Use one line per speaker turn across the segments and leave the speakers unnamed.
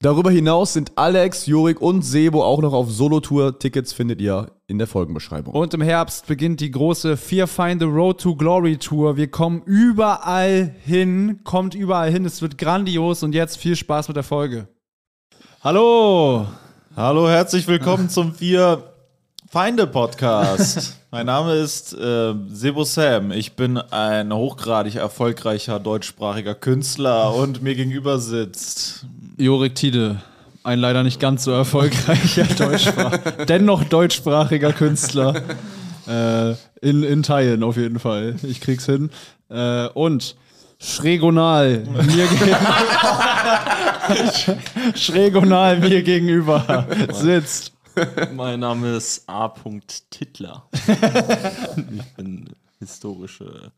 Darüber hinaus sind Alex, Jurik und Sebo auch noch auf Solo-Tour. Tickets findet ihr in der Folgenbeschreibung.
Und im Herbst beginnt die große Fear Find the Road to Glory Tour. Wir kommen überall hin, kommt überall hin. Es wird grandios und jetzt viel Spaß mit der Folge.
Hallo, hallo, herzlich willkommen zum Vier Feinde Podcast. mein Name ist äh, Sebo Sam. Ich bin ein hochgradig erfolgreicher deutschsprachiger Künstler und mir gegenüber sitzt
Jorik Tide, ein leider nicht ganz so erfolgreicher deutschsprach dennoch deutschsprachiger Künstler. Äh, in, in Teilen auf jeden Fall. Ich krieg's hin. Äh, und Schrägonal mir, ge- Schrägonal mir gegenüber sitzt
Mein Name ist A. Titler. ich bin historische.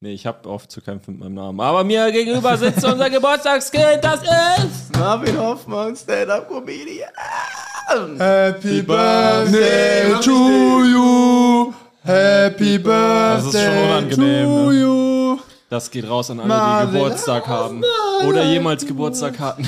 Nee, ich habe oft zu kämpfen mit meinem Namen. Aber mir gegenüber sitzt unser Geburtstagskind, das ist Marvin Hoffmann, Stand-Up-Comedian.
Happy Birthday to you. Happy Birthday
Das ist schon unangenehm,
to
ne?
you.
Das geht raus an alle, die
oh
Geburtstag haben. Oder jemals Geburtstag hatten.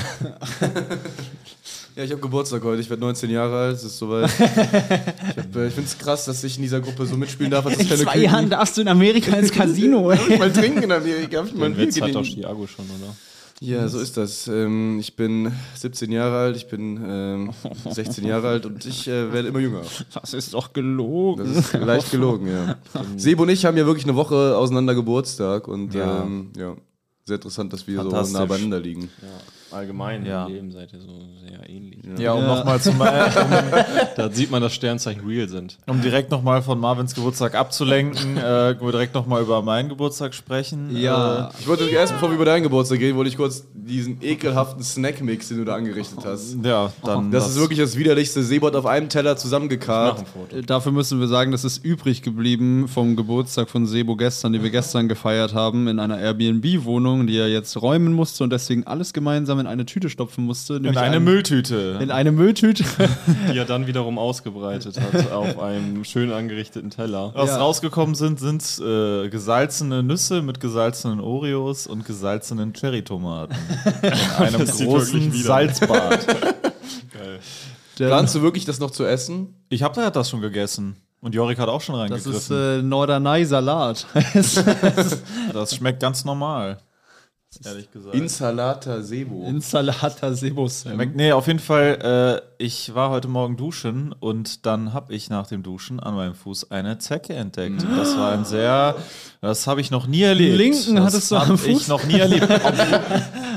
Ja, ich habe Geburtstag heute. Ich werde 19 Jahre alt. Es ist soweit. ich hab, äh, ich finde es krass, dass ich in dieser Gruppe so mitspielen darf. Das ist keine Küken.
darfst du in Amerika ins Casino.
Darf ich mal trinken in Amerika? Darf ich mal ein
Den
Bier
Witz hat doch
genießen?
Chiago schon, oder?
Ja, so ist das. Ähm, ich bin 17 Jahre alt. Ich bin ähm, 16 Jahre alt und ich äh, werde immer jünger.
Das ist doch gelogen.
Das ist leicht gelogen, ja. Sebo und ich haben ja wirklich eine Woche auseinander Geburtstag und ja,
Ja.
ähm, ja sehr interessant, dass wir so
Fantastisch.
nah beieinander liegen.
Allgemein
Ja.
im Leben seid ihr so sehr ähnlich.
Ja, um nochmal zum
Da sieht man, dass Sternzeichen real sind.
Um direkt nochmal von Marvins Geburtstag abzulenken, äh, können wir direkt nochmal über meinen Geburtstag sprechen.
Ja.
Ich wollte erst, bevor wir über deinen Geburtstag reden, wollte ich kurz diesen ekelhaften Snackmix, den du da angerichtet hast.
Äh, ja, dann.
Das, ist wirklich das widerlichste. Sebo hat auf einem Teller zusammengekarrt.
Dafür müssen wir sagen, das ist übrig geblieben vom Geburtstag von Sebo gestern, den wir gestern gefeiert haben, in einer Airbnb-Wohnung, die er jetzt räumen musste und deswegen alles gemeinsam in eine Tüte stopfen musste.
in
nämlich
eine
einen-
Mülltüte.
In eine Mülltüte.
Die er dann wiederum ausgebreitet hat auf einem schön angerichteten Teller.
Was
Ja.
rausgekommen sind, sind äh, gesalzene Nüsse mit gesalzenen Oreos und gesalzenen Cherrytomaten. In einem
Das sieht
großen
wirklich wieder-
Salzbad.
Planst du wirklich, das noch zu essen?
Ich habe hat das schon gegessen. Und Jorik hat auch schon
Das
reingegriffen.
ist
Das,
äh, Norderney-Salat. äh,
schmeckt ganz normal. Ehrlich gesagt.
Insalata Sebo.
Insalata Sebos.
Mac- Nee, auf jeden Fall, äh, ich war heute Morgen duschen und dann habe ich nach dem Duschen an meinem Fuß eine Zecke entdeckt. Und Das war ein sehr, das habe ich noch nie erlebt.
linken
das
hattest du
hab
am Fuß?
ich noch nie erlebt.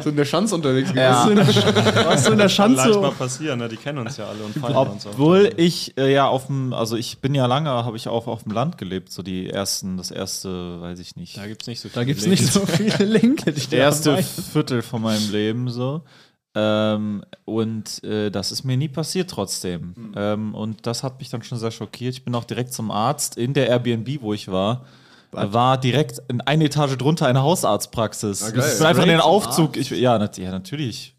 so in der Schanze unterwegs
Warst du in der Sch- warst du in der Schanze?
Leicht mal passieren, ne? die kennen uns ja alle und feiern uns auch.
Obwohl ich äh, ja auf dem, also ich bin ja lange, habe ich auch auf dem Land gelebt, so die ersten, das erste, weiß ich nicht.
Da gibt es nicht so viel.
Da gibt es nicht so viele Linke. Die
Der
da
erste
rein-
Viertel von meinem Leben so. Ähm, und äh, das ist mir nie passiert trotzdem. Ähm, und das hat mich dann schon sehr schockiert. Ich bin auch direkt zum Arzt in der Airbnb, wo ich war. War direkt in eine Etage drunter eine Hausarztpraxis.
geil.
ich bin einfach in den
Straight zum
Aufzug. Ich, ja, nat ja, natürlich.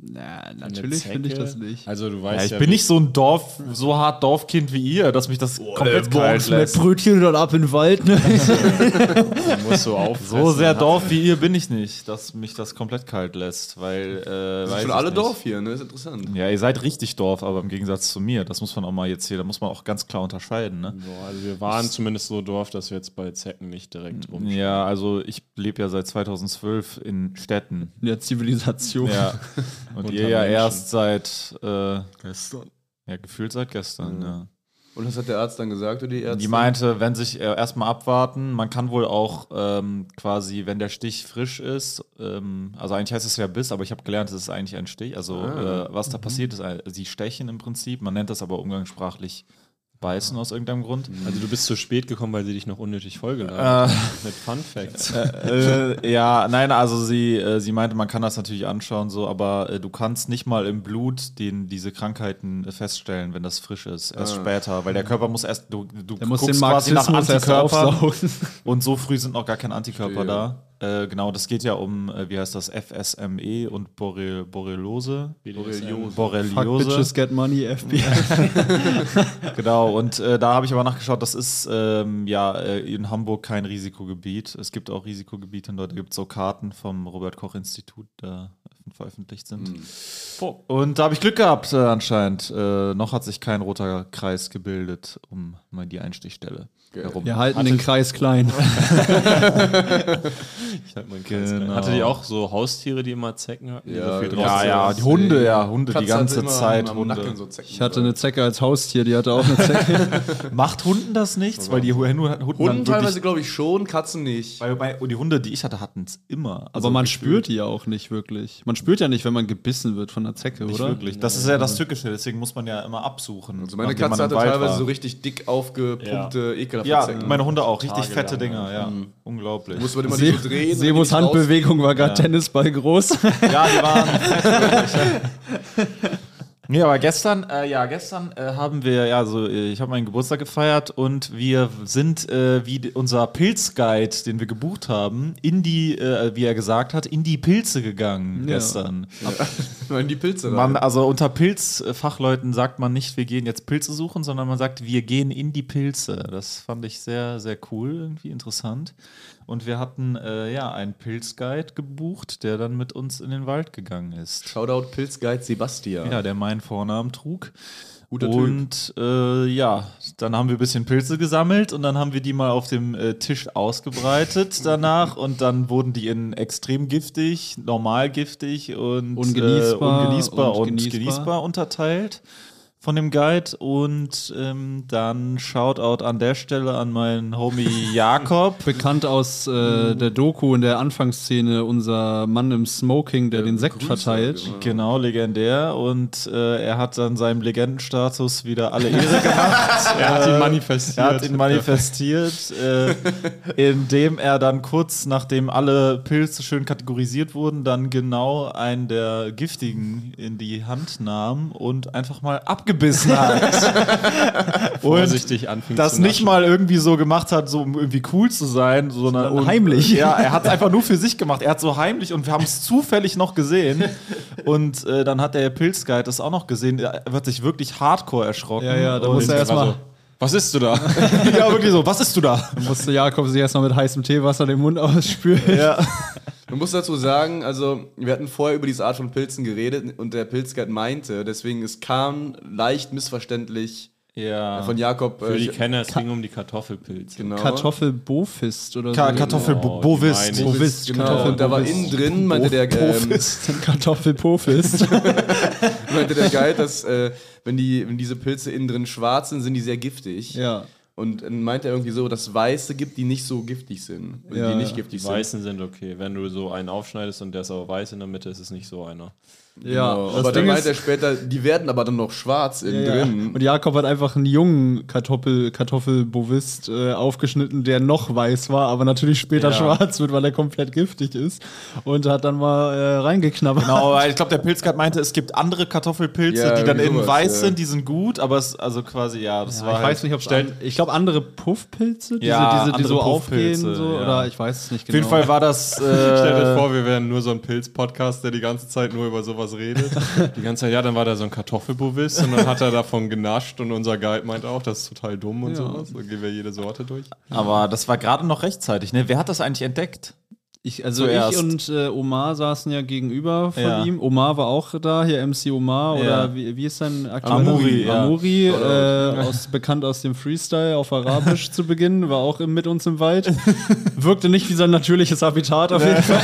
Na, natürlich finde ich das nicht.
Also du
Ja,
weißt
ich bin nicht so ein Dorf, so hart Dorfkind wie ihr, dass mich das komplett kalt lässt.
Brötchen dann ab in den Wald. ne?
man muss so auf.
So sehr Dorf wie ihr bin ich nicht, dass mich das komplett kalt lässt, weil äh,
Das
weiß
ist schon
ich
alle
nicht.
Dorf hier, ne? Ist interessant.
Ja, ihr seid richtig Dorf, aber im Gegensatz zu mir, das muss man auch mal jetzt hier, da muss man auch ganz klar unterscheiden, ne?
Also wir waren zumindest so Dorf, dass wir jetzt bei Zecken nicht direkt rum.
Ja, also ich lebe ja seit 2012 in Städten.
In der Zivilisation.
Ja. Und
Unter
ihr ja
Menschen.
erst seit äh, gestern. Ja, gefühlt seit gestern, ja.
Und was hat der Arzt dann gesagt oder die Ärzte?
Die meinte, wenn sich äh, erstmal abwarten, man kann wohl auch ähm, quasi, wenn der Stich frisch ist, ähm, also eigentlich heißt es ja Biss, aber ich habe gelernt, es ist eigentlich
äh,
ein Stich. Also äh, was da passiert ist, ein- sie stechen im Prinzip, man nennt das aber umgangssprachlich
beißen aus irgendeinem Grund.
Mhm.
Also du bist zu spät gekommen, weil sie dich noch unnötig vollgeladen haben. Mit Fun Facts.
äh, ja, nein, also sie, äh, sie meinte, man kann das natürlich anschauen, so, aber äh, du kannst nicht mal im Blut den, diese Krankheiten äh, feststellen, wenn das frisch ist. Erst später, weil der Körper muss erst, du, du
Er muss den Marxismus erst aufsaugen.
und so früh sind noch gar keine Antikörper da. Äh, genau, das geht ja um, äh, wie heißt das, FSME E und Borrel Borreliose.
BDSM.
Fuck
Borreliose.
bitches get money, FBI.
Genau, und äh, da habe ich aber nachgeschaut, das ist ähm, ja äh, in Hamburg kein Risikogebiet. Es gibt auch Risikogebiete und dort gibt es so Karten vom Robert-Koch-Institut, da veröffentlicht sind. Und da habe ich Glück gehabt äh, anscheinend. Äh, noch hat sich kein roter Kreis gebildet um mal die Einstichstelle herum.
Wir halten den Kreis klein.
Ich halt meinen Kreis
Genau.
klein. Hatte die auch so Haustiere, die immer Zecken hatten? die
Ja,
so viel
ja,
draußen
ja,
waren?
die Hunde, ja,
Hunde
Katze hatte immer am Nacken so Zecken.
Ich hatte eine Zecke als Haustier, die hatte auch eine Zecke.
Macht Hunden das nichts? Weil die Hunde, Hunden
Hunden
dann
teilweise,
wirklich,
glaube ich, schon, Katzen nicht.
weil, weil, die Hunde, die ich hatte, hatten es immer. Also
Aber man spürt die ja auch nicht wirklich. Man spürt ja nicht, wenn man gebissen wird von einer Zecke,
nicht
oder?
wirklich. Das ist ja das Tückische, deswegen muss man ja immer absuchen.
Also meine
nachdem man
Katze
im
hatte
Wald
teilweise
war.
so richtig dick aufgepumpte, ekelhafte
Ja,
Zecken.
meine Hunde auch. Richtig
Tagelang,
fette Dinger, ja.
Mhm.
Unglaublich.
Muss man immer
Se
die so drehen.
Sebos
dann gehen die raus.
Handbewegung war gerade Tennisball groß.
Ja, die waren fett, wirklich, ja. Nee, aber gestern, äh, ja, gestern äh, haben wir, ja, so, äh, ich habe meinen Geburtstag gefeiert und wir sind, äh, wie d- unser Pilzguide, den wir gebucht haben, in die, äh, wie er gesagt hat, in die Pilze gegangen
Ja.
gestern.
Nein, die Pilze
Man,
rein.
also unter Pilzfachleuten sagt man nicht, wir gehen jetzt Pilze suchen, sondern man sagt, wir gehen in die Pilze. Das fand ich sehr, sehr cool, irgendwie interessant. Und wir hatten äh, ja einen Pilzguide gebucht, der dann mit uns in den Wald gegangen ist.
Shoutout Pilzguide Sebastian.
Ja, der meinen Vornamen trug.
Guter Typ.
und äh, ja, dann haben wir ein bisschen Pilze gesammelt und dann haben wir die mal auf dem äh, Tisch ausgebreitet danach und dann wurden die in extrem giftig, normal giftig und
Ungenießbar
äh, ungenießbar
und
und,
genießbar.
genießbar. unterteilt von dem Guide und ähm, dann Shoutout an der Stelle an meinen Homie Jakob.
Bekannt aus äh,
Mhm.
der Doku in der Anfangsszene, unser Mann im Smoking, der den Sekt verteilt.
Genau, legendär. Und äh, er hat dann seinem Legendenstatus wieder alle Ehre gemacht.
Er hat ihn
Er hat
manifestiert.
ihn manifestiert, äh, indem er dann kurz nachdem alle Pilze schön kategorisiert wurden, dann genau einen der giftigen in die Hand nahm und einfach mal abgebissen hat. und
Vorsichtig anfing
das
um zu
nicht
naschen.
mal irgendwie so gemacht hat, so um irgendwie cool zu sein, sondern
Sondern heimlich.
Ja, er hat es einfach nur für sich gemacht. Er hat so heimlich und wir haben es zufällig noch gesehen. Und äh, dann hat der Pilzguide das auch noch gesehen. Er hat sich wirklich hardcore erschrocken.
Ja, ja,
Oh,
da
Und-
muss er erstmal.
Was isst du da?
ja, wirklich so. Was ist du da?
Musste Jakob sich erstmal mit heißem Teewasser den Mund ausspülen.
Ja.
Man muss dazu sagen, also wir hatten vorher über diese Art von Pilzen geredet und der Pilzguide meinte, deswegen es kam leicht missverständlich
Ja.
von Jakob.
Für
äh,
die
ich-
Kenner, es ging um die Kartoffelpilze.
genau.
Kartoffelbofist oder
Ka
so.
Kartoffel
Oh,
Bovist.
die meine
Bovist,
Genau,
Kartoffel-
und da war innen drin, meinte der, ähm,
Bofist. Kartoffelpofist.
meinte der Guide, dass äh, wenn, die, wenn diese Pilze innen drin schwarz sind, sind die sehr giftig.
ja.
Und dann meinte er irgendwie so, dass Weiße gibt, die nicht so giftig sind. Und
Ja,
die nicht giftig
Die Weißen sind okay. Wenn du so einen aufschneidest und der ist aber weiß in der Mitte, ist es nicht so einer.
Ja,
Genau.
das
aber dann
Ding
meinte er
ist-
halt
später, die werden aber dann noch schwarz innen
Ja, ja.
drin.
Und Jakob hat einfach einen jungen Kartoffel, Kartoffelbovist äh, aufgeschnitten, der noch weiß war, aber natürlich später
Ja.
schwarz wird, weil er komplett giftig ist. Und hat dann mal äh, reingeknabbert.
Genau, weil ich glaube, der Pilzgard meinte, es gibt andere Kartoffelpilze,
Ja,
die dann
irgendwie
innen
sowas,
weiß
ja.
sind, die sind gut, aber es, also quasi, ja, das war. halt
ich weiß nicht, ob an,
stellt.
Ich glaube, andere Puffpilze, diese,
Ja,
diese, die
andere
so aufgehen,
Puffpilze,
so,
ja.
oder ich weiß es nicht
Auf jeden
genau.
Fall war das.
Stell dir
Äh,
vor, wir wären nur so ein Pilz-Podcast, der die ganze Zeit nur über sowas redet. Die ganze Zeit, ja, dann war da so ein Kartoffelbovist und dann hat er davon genascht und unser Guide meint auch, das ist total dumm und sowas. Dann gehen wir jede Sorte durch.
aber das war gerade noch rechtzeitig, ne? Wer hat das eigentlich entdeckt?
Ich, also
Zuerst.
ich und äh, Omar saßen ja gegenüber von
Ja.
ihm. Omar war auch da, hier MC Omar oder
Ja.
wie, wie ist sein
Amuri, ja.
Amuri äh, aus, bekannt aus dem Freestyle auf Arabisch zu Beginn, war auch im- mit uns im Wald. Wirkte nicht wie sein natürliches Habitat auf jeden Fall.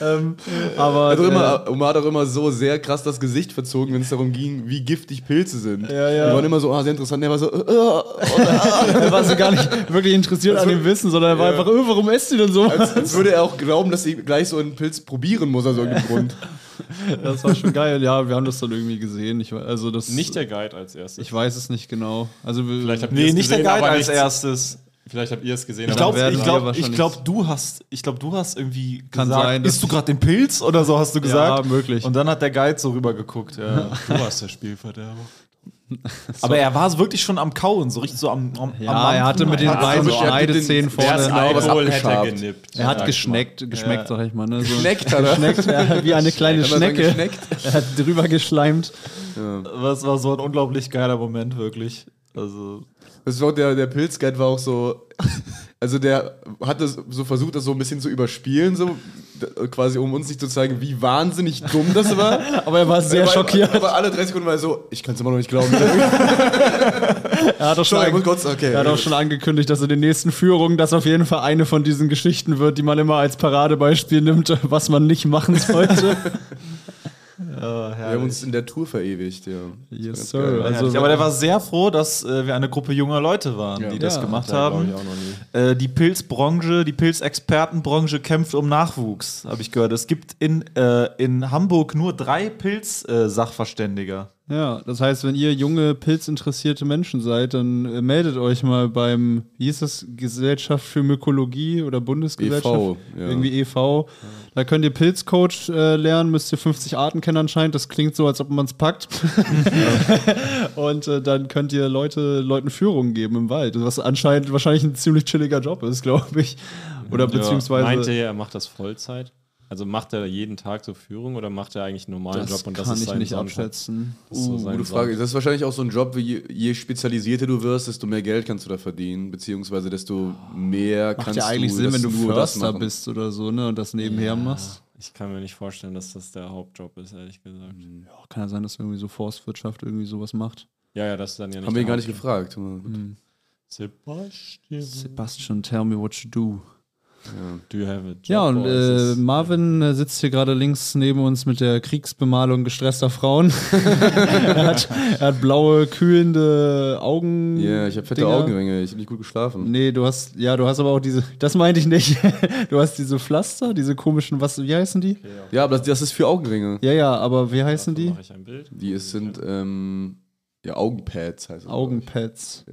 ähm, aber
Also
äh,
immer, Omar hat auch immer so sehr krass das Gesicht verzogen, wenn es darum ging, wie giftig Pilze sind.
Ja, ja.
Die waren immer so, ah, sehr interessant. Der war so, äh, äh,
er war so gar nicht wirklich interessiert an dem Wissen, sondern er war einfach,
Also,
öh, warum esst ihr denn so?
als, als würde er auch glauben, dass sie gleich so einen Pilz probieren muss, aus irgendeinem Grund.
Das war schon geil. Ja, wir haben das dann irgendwie gesehen. Ich, we- also das,
Nicht der Guide als erstes.
ich weiß es nicht genau. Also wir-
Vielleicht habt ihr
Nee,
es
nicht der
gesehen,
Guide
aber
als
nichts-
erstes.
Vielleicht habt ihr es gesehen,
Ich glaube,
werden
ich
wir
glaub, ich
wahrscheinlich-
glaub, du hast, ich glaube, du hast irgendwie
Kann
gesagt,
sein, dass
isst du gerade den Pilz oder so hast du gesagt?
möglich.
Und dann hat der Guide so rübergeguckt. Ja.
du warst der Spielverderber.
Aber er war so wirklich schon am Kauen, so richtig so am, am am
ja, er hatte
Mampfen. halt.
mit den
Er hat
beiden
so-
so- er hat
beide
den-
Zähnen
der
vorne.
ist genau was abgeschabt.
genippt.
Er hat
Ja,
geschneckt, geschmeckt, sag ich mal. Ne? So
Geschneckt hat er.
geschneckt, ja, wie eine kleine
Hat er dann
Schnecke.
geschneckt?
Er hat drüber geschleimt.
Das war so ein unglaublich geiler Moment, wirklich. Also,
Das war auch der, der Pilzguide war auch so. Also der hat das so versucht, das so ein bisschen zu überspielen, so d- quasi um uns nicht zu zeigen, wie wahnsinnig dumm das war.
Aber er war sehr
aber,
schockiert.
Aber alle drei Sekunden war er so, ich kann es immer noch nicht glauben. Sorry,
Er hat, auch schon,
ich muss
ang-
kurz, okay.
er hat auch schon angekündigt, dass in den nächsten Führungen das auf jeden Fall eine von diesen Geschichten wird, die man immer als Paradebeispiel nimmt, was man nicht machen sollte.
wir haben uns in der Tour verewigt, ja.
yes,
geil.
sir.
herrlich.
Also,
aber der war sehr froh, dass äh, wir eine Gruppe junger Leute waren,
Ja.
die das
Ja,
gemacht
Da glaub
haben.
ich auch noch nie.
Äh, die Pilzbranche, die Pilzexpertenbranche kämpft um Nachwuchs, habe ich gehört. Es gibt in, äh, in Hamburg nur drei Pilz-Sachverständiger.
ja, das heißt, wenn ihr junge, pilzinteressierte Menschen seid, dann äh, meldet euch mal beim, wie hieß das, Gesellschaft für Mykologie oder Bundesgesellschaft?
EV, E ja.
Irgendwie EV. Da könnt ihr Pilzcoach äh, lernen, müsst ihr 50 Arten kennen anscheinend. Das klingt so, als ob man es packt. Und äh, dann könnt ihr Leute, Leuten Führungen geben im Wald, was anscheinend wahrscheinlich ein ziemlich chilliger Job ist, glaube ich. Oder beziehungsweise.
Meint ihr, er macht das Vollzeit? Also macht er jeden Tag so Führung oder macht er eigentlich einen normalen
das
Job und
kann
das ist
ich
sein
nicht
Sonntag?
abschätzen.
Das ist so
Uh,
sein
gute
Sonntag.
Frage. Das ist wahrscheinlich auch so ein Job, wie je, je spezialisierter du wirst, desto mehr Geld kannst du da verdienen, beziehungsweise desto mehr
Macht
kannst
ja eigentlich
du
Sinn,
das
wenn du
nur das
Förster
machen.
bist oder so, ne? Und das nebenher machst.
Ich kann mir nicht vorstellen, dass das der Hauptjob ist, ehrlich gesagt.
Ja, kann ja sein, dass irgendwie so Forstwirtschaft irgendwie sowas macht.
Ja, ja, das ist dann ja nicht.
Haben wir ihn gar
der
nicht gefragt.
Mhm.
Hauptjob. Sebastian.
Sebastian, tell me what you do.
Do you have a job?
Ja, und
or is
äh,
this-
Marvin äh, sitzt hier gerade links neben uns mit der Kriegsbemalung gestresster Frauen. er, hat, er hat blaue, kühlende Augen.
Ja, ich habe fette
Dinger.
Augenringe, ich habe nicht gut geschlafen.
Nee, du hast, ja, du hast aber auch diese, das meinte ich nicht. Du hast diese Pflaster, diese komischen, was, wie heißen die?
Ja, aber das, das ist für Augenringe.
Ja, ja, aber wie heißen
Davon
die?
mache ich ein Bild.
Die es sind ähm, ja, Augenpads heißt das, glaub ich.
Augenpads.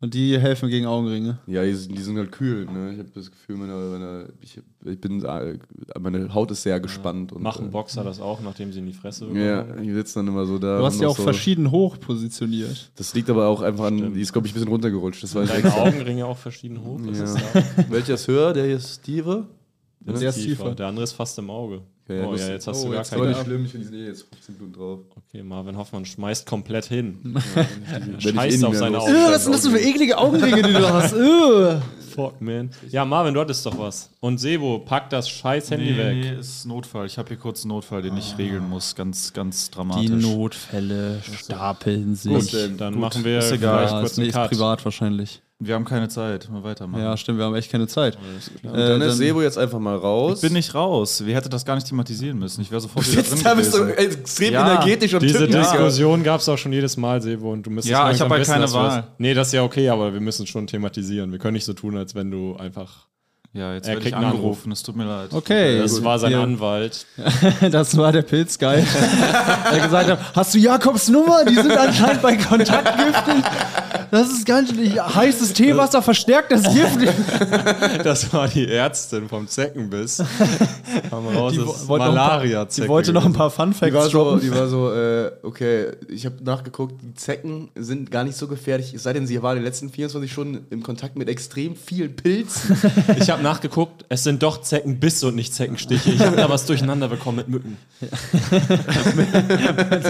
Und die helfen gegen Augenringe.
Ja, die sind, die sind halt kühl. Ne? Ich habe das Gefühl, meine, meine, ich, ich bin, äh, meine Haut ist sehr gespannt. Und,
Machen Boxer das auch, nachdem sie in die Fresse
äh, Ja, die sitzen dann immer so da.
Du hast
und
die
noch
auch
so.
verschieden hoch positioniert.
Das liegt aber auch einfach an, die ist, glaube ich, ein bisschen runtergerutscht. Das war nicht
Deine
extra.
Augenringe auch verschieden hoch. Das
Ja.
ist ja.
Welcher ist höher? Der hier ist tiefer?
Das
Der
ist
ist
tiefer.
tiefer.
Der andere ist fast im Auge.
Okay,
oh
das-
ja, jetzt hast du
oh,
gar
jetzt Aber
keine
nicht schlimm, ich finde die sind eh jetzt 15 Blut drauf.
Okay, Marvin Hoffmann schmeißt komplett hin.
Wenn ich eh
Scheißt
nicht
auf
mehr
seine
los-
Augen.
was sind das für eklige Augenringe, die du hast?
Fuck, man. Ja, Marvin, du hattest doch was. Und Sebo, pack das scheiß Handy weg.
ist Notfall. Ich habe hier kurz einen Notfall, den ich regeln muss. Ganz, ganz
Die
dramatisch.
Notfälle stapeln sich.
denn?
Dann machen wir
ist egal.
vielleicht
Ja,
kurz
ist,
einen
nicht, ist
Cut.
privat wahrscheinlich.
Wir haben keine Zeit. Mal weitermachen.
Ja, stimmt, wir haben echt keine Zeit. Äh,
Und dann, ist äh, Sebo jetzt einfach mal raus.
Ich bin nicht raus. Wir hätten das gar nicht thematisieren müssen. Ich wäre sofort wieder drin
Jetzt da bist du
gewesen.
extrem
Ja,
energetisch und
Diese
ja.
Diskussion gab es auch schon jedes Mal, Sebo, und du müsstest
Ja, ich
langsam
hab halt
wissen,
keine
dass wir es-
Wahl.
Nee, das ist ja okay, aber wir müssen schon thematisieren. Wir können nicht so tun, als wenn du einfach.
Ja, jetzt
Er
werde ich
kriegt einen Anruf.
angerufen. Es tut mir leid.
Okay,
Das war sein
Ja.
Anwalt.
das war der Pilzgeil. der gesagt hat, hast du Jakobs Nummer? Die sind anscheinend bei Kontakt giftig. Das ist ganz heißes Teewasser verstärkt das Gift.
Das war die Ärztin vom Zeckenbiss. Kam raus,
Die
die
wo-
ist
wollte noch ein paar-
malaria
Die wollte noch ein paar Fun
Die war
Facts
so,
droppen.
die war so äh, okay, ich habe nachgeguckt, die Zecken sind gar nicht so gefährlich, es sei denn, sie war in den letzten 24 Stunden im Kontakt mit extrem vielen Pilzen.
Ich habe nachgeguckt, es sind doch Zeckenbisse und nicht Zeckenstiche. Ich habe da was durcheinander bekommen mit Mücken.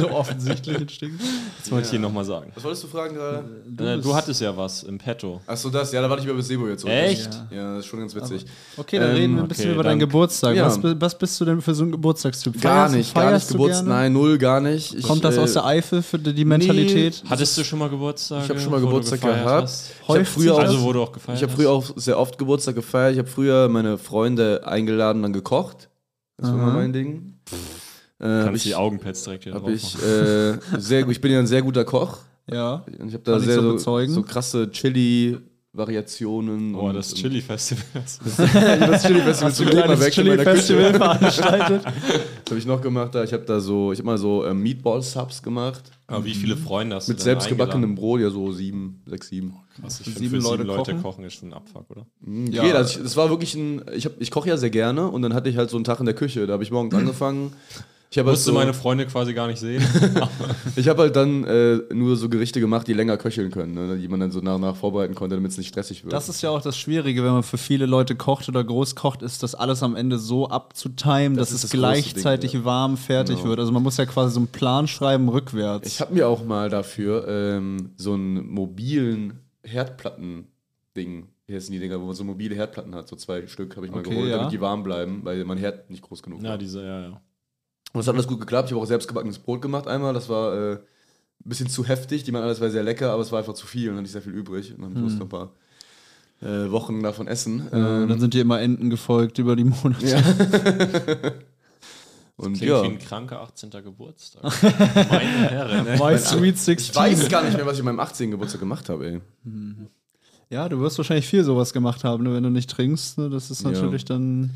so offensichtlich Instinkt.
Das wollte ich hier nochmal sagen.
Was wolltest du fragen gerade?
Du, äh, du hattest ja was im Petto.
Achso, das, ja, da warte ich mal bis Sebo jetzt. zurück.
Echt?
Ja, das ist schon ganz witzig.
Okay, dann
Ähm,
reden wir ein bisschen
okay,
über deinen
dann-
Geburtstag.
Ja.
Was, bi- was bist du denn für so ein Geburtstagstyp?
gar
Feierst-
nicht, gar nicht
feierst du
Geburtstag,
gerne?
nein, null, gar nicht. Ich,
Kommt das
äh,
aus der Eifel für die die Mentalität?
Hattest du schon mal Geburtstag?
Ich habe schon mal Geburtstag gehabt. Ich habe
Häuft
früher
sich
auch,
das?
Also, wo du auch gefeiert
ich habe früher auch sehr oft Geburtstag gefeiert. Ich habe früher meine Freunde eingeladen, dann gekocht. Das war immer mein Ding. Äh, hab
Kannst die Augenpads direkt hier
Hab
drauf
ich, ähm, äh, sehr, ich bin ja ein sehr guter Koch.
Ja.
Und ich habe da
Kann ich
sehr
so
so, so,
bezeugen.
krasse Chili, Variationen.
Boah,
und-
Oh, das
und-
Chili-Festival.
Das Chili Festival. Zum Glück mal
Also kleines
weg von meiner Küche.
Chili-Festival veranstaltet.
Was habe ich noch gemacht? Da? Ich habe da so, ich habe mal so äh, Meatball Subs gemacht.
Aber wie viele Freunde hast du
Mit selbstgebackenem Brot, ja so sieben, sechs, sieben.
Was Oh, ich sieben
Sieben
für
Leute
sieben Leute kochen.
kochen.
ist schon ein Abfuck, oder?
Ja. Geht, also ich, das war wirklich ein. Ich, hab- ich koche ja sehr gerne und dann hatte ich halt so einen Tag in der Küche. Da habe ich morgens angefangen. Ich habe halt,
Musst du
so,
meine Freunde quasi gar nicht sehen.
ich hab halt dann äh, nur so Gerichte gemacht, die länger köcheln können, ne, die man dann so nach und nach vorbereiten konnte, damit es nicht stressig wird.
Das ist ja auch das Schwierige, wenn man für viele Leute kocht oder groß kocht, ist das alles am Ende so abzutimen, dass
ist
es
das große
gleichzeitig
Ding, ja. Genau.
warm fertig wird. Also man muss ja quasi so einen Plan schreiben rückwärts.
ich habe mir auch mal dafür ähm, so einen mobilen Herdplatten-Ding. Hier sind die Dinger, wo man so mobile Herdplatten hat, so zwei Stück habe ich mal
Okay,
geholt,
ja.
damit die warm bleiben, weil mein Herd nicht groß genug war.
ja, diese, ja, ja.
Und es hat alles gut geklappt. Ich habe auch selbst gebackenes Brot gemacht einmal. Das war äh, ein bisschen zu heftig. Die meinen, alles war sehr lecker, aber es war einfach zu viel. Und dann hatte ich sehr viel übrig. Und dann musste
Hm.
ich noch ein paar äh, Wochen davon essen.
Ja, und
Ähm,
dann sind dir immer Enten gefolgt über die Monate.
ja. und
Klingt
ja.
wie ein kranker 18. Geburtstag. Meine Herren, ey.
My Sweet 16.
Ich weiß gar nicht mehr, was ich an meinem 18. Geburtstag gemacht habe, ey.
Ja, du wirst wahrscheinlich viel sowas gemacht haben, ne, wenn du nicht trinkst. Ne? Das ist
Ja.
natürlich dann.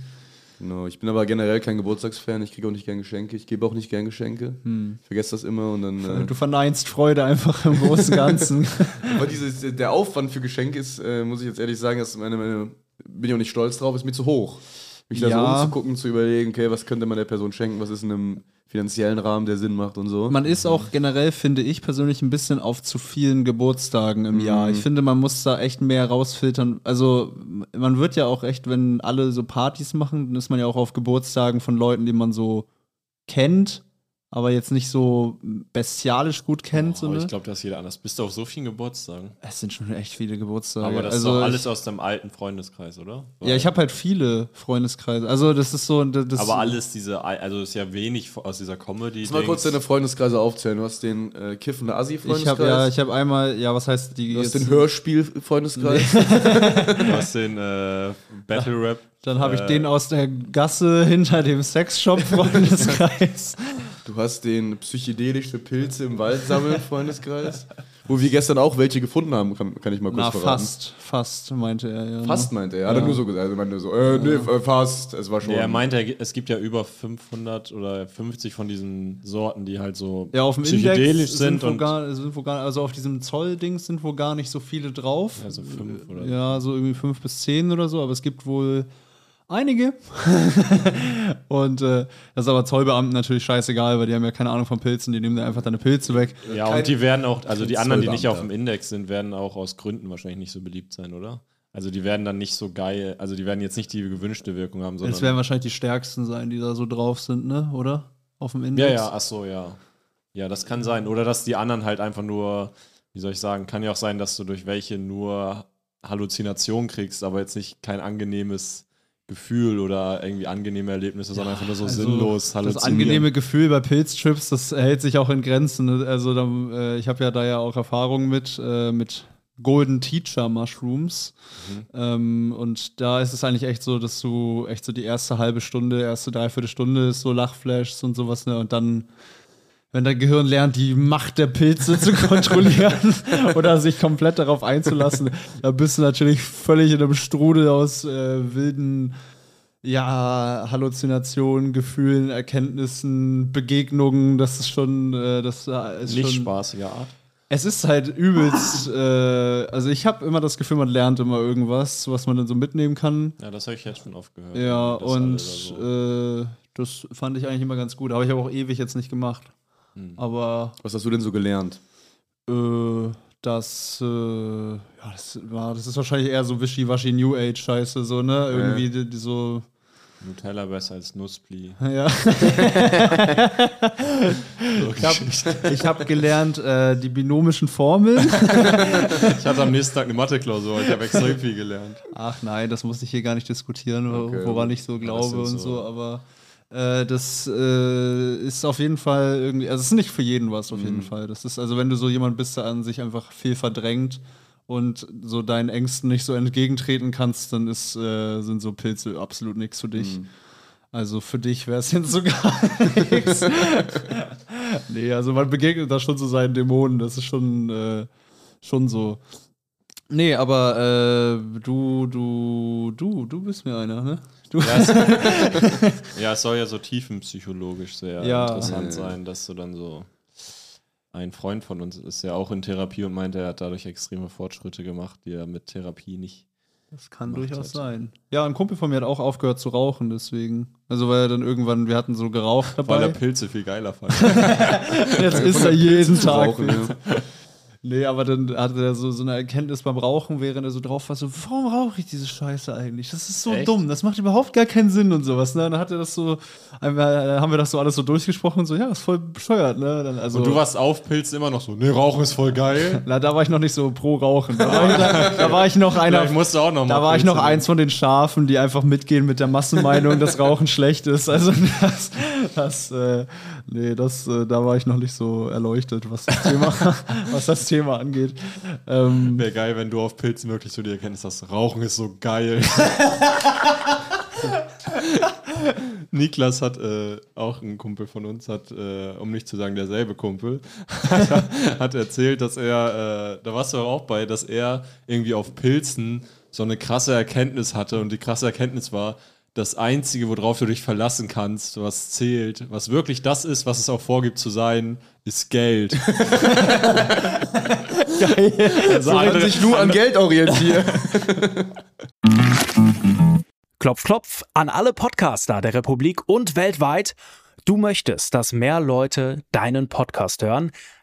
Genau. Ich bin aber generell kein Geburtstagsfan. Ich kriege auch nicht gern Geschenke. Ich gebe auch nicht gern Geschenke.
Hm.
Ich vergesse das immer. Und dann.
Du verneinst Freude einfach im großen Ganzen.
Äh, aber dieses, der Aufwand für Geschenke ist, äh, muss ich jetzt ehrlich sagen, dass meine, meine, bin ich auch nicht stolz drauf, ist mir zu hoch. Mich da
Ja.
so umzugucken, zu überlegen, okay, was könnte man der Person schenken, was ist in einem finanziellen Rahmen, der Sinn macht und so.
Man ist auch generell, finde ich persönlich, ein bisschen auf zu vielen Geburtstagen im Jahr.
Mhm.
Ich finde, man muss da echt mehr rausfiltern. Also, man wird ja auch echt, wenn alle so Partys machen, dann ist man ja auch auf Geburtstagen von Leuten, die man so kennt, aber jetzt nicht so bestialisch gut kennt. so,
Aber
ne?
Oh, ich glaube, das ist jeder anders. Bist du auf so vielen Geburtstagen?
es sind schon echt viele Geburtstage.
Aber
also,
das ist doch
ich-
alles aus deinem alten Freundeskreis, oder?
Ja, ich habe halt viele Freundeskreise. Also das ist so, das
Aber alles diese, also ist ja wenig aus dieser Comedy.
Lass mal kurz deine Freundeskreise aufzählen. Du hast den äh, kiffende
Ich habe ja,
Assi-Freundeskreis.
ich habe einmal, ja, was heißt die?
Du hast
jetzt-
den Hörspiel-Freundeskreis.
Du hast den äh, Battle Rap.
dann habe ich
äh,
den aus der Gasse hinter dem Sexshop Freundeskreis.
Du hast den psychedelische Pilze im Wald sammeln Freundeskreis. Wo wir gestern auch welche gefunden haben, kann, kann ich mal kurz
Na
verraten.
fast, fast meinte er. Ja, ne?
Fast meinte er. Hat er nur so gesagt. Er meinte so, äh, nee, äh, fast. Es war schon.
Der meinte, er- es gibt ja über 500 oder 50 von diesen Sorten, die halt so
Ja, auf dem
psychedelisch
Index
sind,
wo
und
gar, sind wo gar, also auf diesem Zoll-Dings sind wohl gar nicht so viele drauf.
also fünf oder
Ja, so irgendwie fünf bis zehn oder so, aber es gibt wohl einige. Und äh, das ist aber Zollbeamten natürlich scheißegal, weil die haben ja keine Ahnung von Pilzen, die nehmen dann einfach deine Pilze weg.
Ja, und die werden auch, also die
kein
anderen, die
Zollbeamter.
nicht auf dem Index sind, werden auch aus Gründen wahrscheinlich nicht so beliebt sein, oder? Also die werden dann nicht so geil, also die werden jetzt nicht die gewünschte Wirkung haben,
Es werden
sondern.
wahrscheinlich die stärksten sein, die da so drauf sind, ne? Oder? Auf dem
Ja,
Index.
ja, ach so, ja. Ja, das kann sein. Oder dass die anderen halt einfach nur, wie soll ich sagen, kann ja auch sein, dass du durch welche nur Halluzinationen kriegst, aber jetzt nicht kein angenehmes Gefühl oder irgendwie angenehme Erlebnisse, sondern einfach nur so
Also,
sinnlos
Das
halluzinieren.
angenehme Gefühl bei Pilzchips, das hält sich auch in Grenzen. ne? Also da, äh, ich habe ja da ja auch Erfahrung mit, äh, mit Golden Teacher Mushrooms. Ähm, und da ist es eigentlich echt so, dass du echt so die erste halbe Stunde, erste Dreiviertelstunde ist so Lachflashs und sowas, ne? Und dann, wenn dein Gehirn lernt, die Macht der Pilze zu kontrollieren oder sich komplett darauf einzulassen, da bist du natürlich völlig in einem Strudel aus äh, wilden ja, Halluzinationen, Gefühlen, Erkenntnissen, Begegnungen, das ist schon, äh, das äh, ist
Nicht
schon,
spaßiger Art.
es ist halt übelst, äh, also ich habe immer das Gefühl, man lernt immer irgendwas, was man dann so mitnehmen kann.
Ja, das habe ich jetzt schon oft gehört.
Ja,
dass alle da
und
so-
äh, das fand ich eigentlich immer ganz gut, aber ich habe auch ewig jetzt nicht gemacht.
Hm.
Aber
Was hast du denn so gelernt?
äh, das, äh, ja, das war, das ist wahrscheinlich eher so wischiwaschi New Age Scheiße, so, ne? Irgendwie die, die so,
Nutella besser als Nusspli.
ja. ich habe ich hab gelernt, äh, die binomischen Formeln.
Ich hatte am nächsten Tag eine Mathe-Klausur, ich habe extrem viel gelernt.
Ach nein, das muss ich hier gar nicht diskutieren, wo-
Okay.
woran ich so glaube
sind
und
so-
so, aber äh, das äh, ist auf jeden Fall irgendwie, also es ist nicht für jeden was auf jeden Fall. Das ist, also wenn du so jemand bist, der an sich einfach viel verdrängt und so deinen Ängsten nicht so entgegentreten kannst, dann ist, äh, sind so Pilze absolut nichts für dich. Also für dich wäre es jetzt sogar nichts. Nee, also man begegnet da schon so seinen Dämonen, das ist schon, äh, schon so. Nee, aber äh, du, du, du, du bist mir einer, ne? Du.
Ja, es soll ja so tiefenpsychologisch sehr
Ja.
interessant
Ja.
sein, dass du dann so. Ein Freund von uns ist ja auch in Therapie und meinte, er hat dadurch extreme Fortschritte gemacht, die er mit Therapie nicht.
Das kann
Macht
durchaus
halt.
sein. Ja, ein Kumpel von mir hat auch aufgehört zu rauchen, deswegen. Also weil er dann irgendwann, wir hatten so geraucht
Weil er
dabei.
Pilze viel geiler fand.
Jetzt ist er jeden Tag.
Rauchen, ja.
Nee, aber dann hatte er so, so eine Erkenntnis beim Rauchen, während er so drauf war, so, warum rauche ich diese Scheiße eigentlich? Das ist so
Echt?
dumm, das macht überhaupt gar keinen Sinn und sowas. Ne? Dann hat er das so, einmal, äh, haben wir das so alles so durchgesprochen und so, ja, ist voll bescheuert. Ne? Dann, also,
Und du warst auf Pilze immer noch so, nee, Rauchen ist voll geil.
Na, da war ich noch nicht so pro Rauchen. Da war ich, da, da war ich noch einer.
Vielleicht musst du auch noch mal
Da war ich
Pilze
noch eins von den Schafen, die einfach mitgehen mit der Massenmeinung, dass Rauchen schlecht ist. Also das, das äh, nee, das, äh, da war ich noch nicht so erleuchtet, was das Thema, was das Thema angeht. Ähm,
Wäre geil, wenn du auf Pilzen wirklich so die Erkenntnis hast, Rauchen ist so geil. Niklas hat äh, auch ein Kumpel von uns, hat, äh, um nicht zu sagen derselbe Kumpel, hat erzählt, dass er, äh, da warst du auch bei, dass er irgendwie auf Pilzen so eine krasse Erkenntnis hatte und die krasse Erkenntnis war, das Einzige, worauf du dich verlassen kannst, was zählt, was wirklich das ist, was es auch vorgibt zu sein, ist Geld. Also
Hat
andere-
sich nur an Geld orientiert.
Klopf, klopf an alle Podcaster der Republik und weltweit. Du möchtest, dass mehr Leute deinen Podcast hören?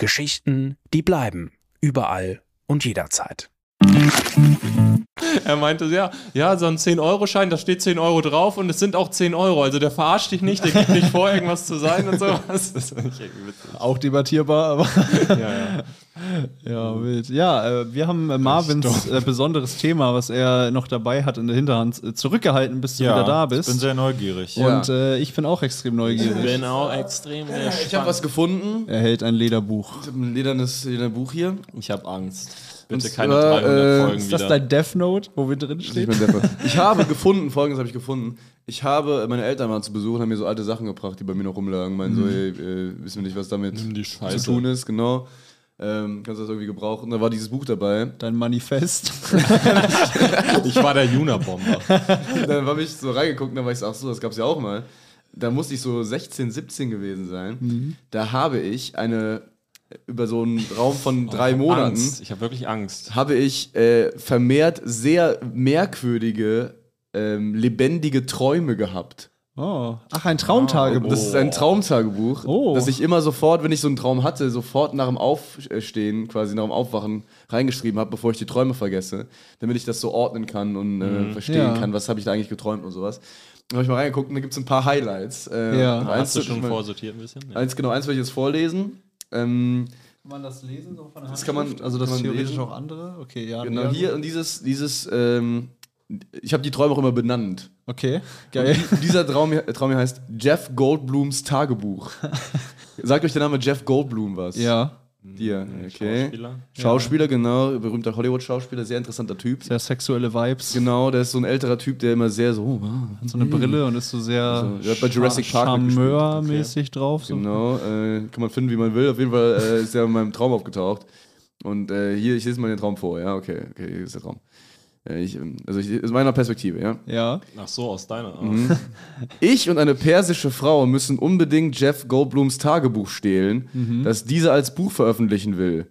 Geschichten, die bleiben. Überall und jederzeit.
Er meinte, ja, ja, so ein 10-Euro-Schein, da steht 10 Euro drauf und es sind auch 10 Euro. Also der verarscht dich nicht, der gibt nicht vor, irgendwas zu sein und sowas. Das ist nicht irgendwie witzig.
auch debattierbar, aber
Ja, ja.
ja, wild. Ja, äh, wir haben äh, Marvins äh, besonderes Thema, was er noch dabei hat in der Hinterhand, äh, zurückgehalten, bis du wieder da bist.
Ich bin sehr neugierig.
und äh, ich bin auch extrem neugierig.
bin auch genau extrem
Ich habe was gefunden.
Er hält ein Lederbuch.
Ich habe ein ledernes ledernes Buch hier.
Ich habe Angst. Bitte
Und
keine
zwar,
300
äh,
Folgen
Ist
wieder.
das dein Death Note, wo wir drin
Ich
stehen?
bin Deppe. Ich habe gefunden, folgendes habe ich gefunden. Ich habe, meine Eltern waren zu Besuch und haben mir so alte Sachen gebracht, die bei mir noch rumlagen. Meinen so, ey, äh, wissen wir nicht, was damit
Nimm die
zu
Scheiße.
tun ist, genau. Ähm, kannst du das irgendwie gebrauchen? Und da war dieses Buch dabei.
Dein Manifest.
Ich war der Junabomber.
Dann habe ich so reingeguckt und dann war ich so, ach so, das gab's ja auch mal. Da musste ich so 16, 17 gewesen sein. Da habe ich eine, über so einen Raum
Oh,
von drei Monaten,
Angst. Ich habe wirklich Angst.
habe ich äh, vermehrt sehr merkwürdige, ähm, lebendige Träume gehabt.
Oh. Ach, ein Traumtagebuch.
Das ist ein Traumtagebuch,
Oh.
das ich immer sofort, wenn ich so einen Traum hatte, sofort nach dem Aufstehen, quasi nach dem Aufwachen reingeschrieben habe, bevor ich die Träume vergesse, damit ich das so ordnen kann und
Mhm.
äh, verstehen
Ja.
kann, was habe ich da eigentlich geträumt und sowas. Da habe ich mal reingeguckt und da gibt es ein paar Highlights. Äh,
Ja.
und
Hast du
ich
schon
mal-
vorsortiert ein bisschen?
Eins, genau, eins will ich jetzt vorlesen. Ähm,
Kann man das lesen? So von der
Das kann man-
Handschrift? also das
kann man
theoretisch
lesen.
auch andere? Okay, ja.
genau,
ja,
hier und dieses, dieses, ähm, ich habe die Träume auch immer benannt.
Okay, geil.
Und dieser Traum hier, Traum hier heißt Jeff Goldblums Tagebuch. Sagt euch der Name Jeff Goldblum was?
ja.
Dir, okay.
Schauspieler?
Schauspieler, genau, berühmter Hollywood-Schauspieler, sehr interessanter Typ.
Sehr sexuelle Vibes.
Genau, der ist so ein älterer Typ, der immer sehr so, oh, wow.
So eine Brille und ist so sehr
Also, der hat bei Jurassic Park mitgespielt.
Charmeur-mäßig drauf. So.
genau, äh, kann man finden, wie man will. Auf jeden Fall äh, ist er in meinem Traum aufgetaucht. Und äh, hier, ich lese mal den Traum vor, ja, okay, okay, hier ist der Traum. Äh, ich, ähm, also ich, aus meiner Perspektive, ja.
Ja.
Ach so, aus deiner Angst.
Ich und eine persische Frau müssen unbedingt Jeff Goldblums Tagebuch stehlen,
Mhm.
das dieser als Buch veröffentlichen will.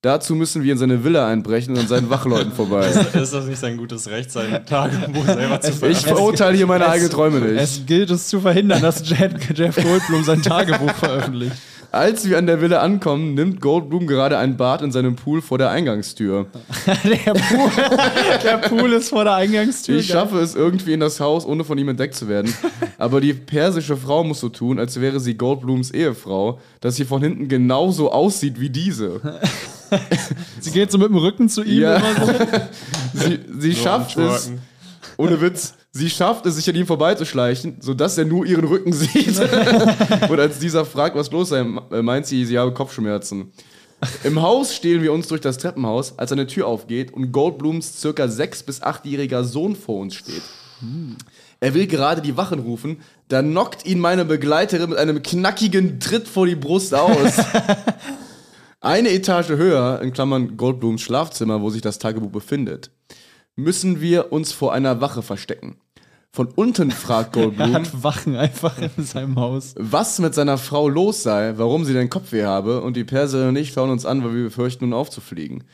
Dazu müssen wir in seine Villa einbrechen und an seinen Wachleuten vorbei.
Ist das nicht sein gutes Recht, sein Tagebuch selber zu
Ich verurteile hier meine eigenen Träume nicht.
Es gilt es zu verhindern, dass Jeff, Jeff Goldblum sein Tagebuch veröffentlicht.
Als wir an der Villa ankommen, nimmt Goldblum gerade ein Bad in seinem Pool vor der Eingangstür.
Der Pool, der Pool ist vor der Eingangstür.
Ich schaffe es irgendwie in das Haus, ohne von ihm entdeckt zu werden. Aber die persische Frau muss so tun, als wäre sie Goldblums Ehefrau, dass sie von hinten genauso aussieht wie diese.
Sie geht so mit dem Rücken zu ihm.
Ja.
Immer so.
Sie, sie schafft es,
twerken.
ohne Witz, sie schafft es, sich an ihm vorbeizuschleichen, sodass er nur ihren Rücken sieht. Und als dieser fragt, was los sei, äh, meint sie, sie habe Kopfschmerzen. Im Haus stehlen wir uns durch das Treppenhaus, als eine Tür aufgeht und Goldblums circa 6- bis 8-jähriger Sohn vor uns steht. Er will gerade die Wachen rufen, da knockt ihn meine Begleiterin mit einem knackigen Tritt vor die Brust aus. Eine Etage höher, in Klammern Goldblums Schlafzimmer, wo sich das Tagebuch befindet, müssen wir uns vor einer Wache verstecken. Von unten fragt Goldblum,
Hat Wachen einfach in seinem Haus.
was mit seiner Frau los sei, warum sie den Kopfweh habe, und die Perserin und ich schauen uns an, weil wir befürchten, nun aufzufliegen.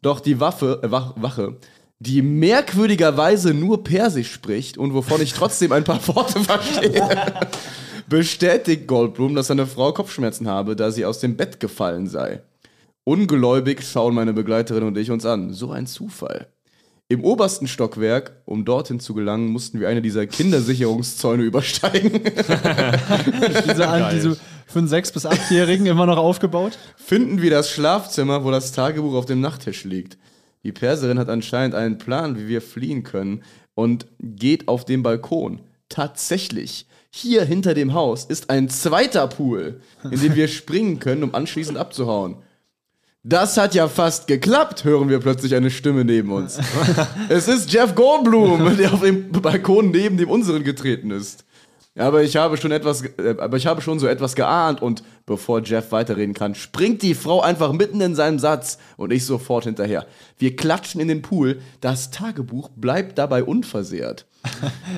Doch die Waffe, äh, Wach- Wache, die merkwürdigerweise nur Persisch spricht und wovon ich trotzdem ein paar Worte verstehe, bestätigt Goldblum, dass seine Frau Kopfschmerzen habe, da sie aus dem Bett gefallen sei. Ungläubig schauen meine Begleiterin und ich uns an. So ein Zufall. Im obersten Stockwerk, um dorthin zu gelangen, mussten wir eine dieser Kindersicherungszäune übersteigen.
Diese, an, diese für einen 6- bis 8-Jährigen immer noch aufgebaut.
finden wir das Schlafzimmer, wo das Tagebuch auf dem Nachttisch liegt. Die Perserin hat anscheinend einen Plan, wie wir fliehen können und geht auf den Balkon. Tatsächlich, hier hinter dem Haus ist ein zweiter Pool, in den wir springen können, um anschließend abzuhauen. Das hat ja fast geklappt, hören wir plötzlich eine Stimme neben uns. es ist Jeff Goldblum, der auf dem Balkon neben dem unseren getreten ist. Aber ich habe schon etwas, ge- äh, aber ich habe schon so etwas geahnt und bevor Jeff weiterreden kann, springt die Frau einfach mitten in seinem Satz und ich sofort hinterher. Wir klatschen in den Pool, das Tagebuch bleibt dabei unversehrt.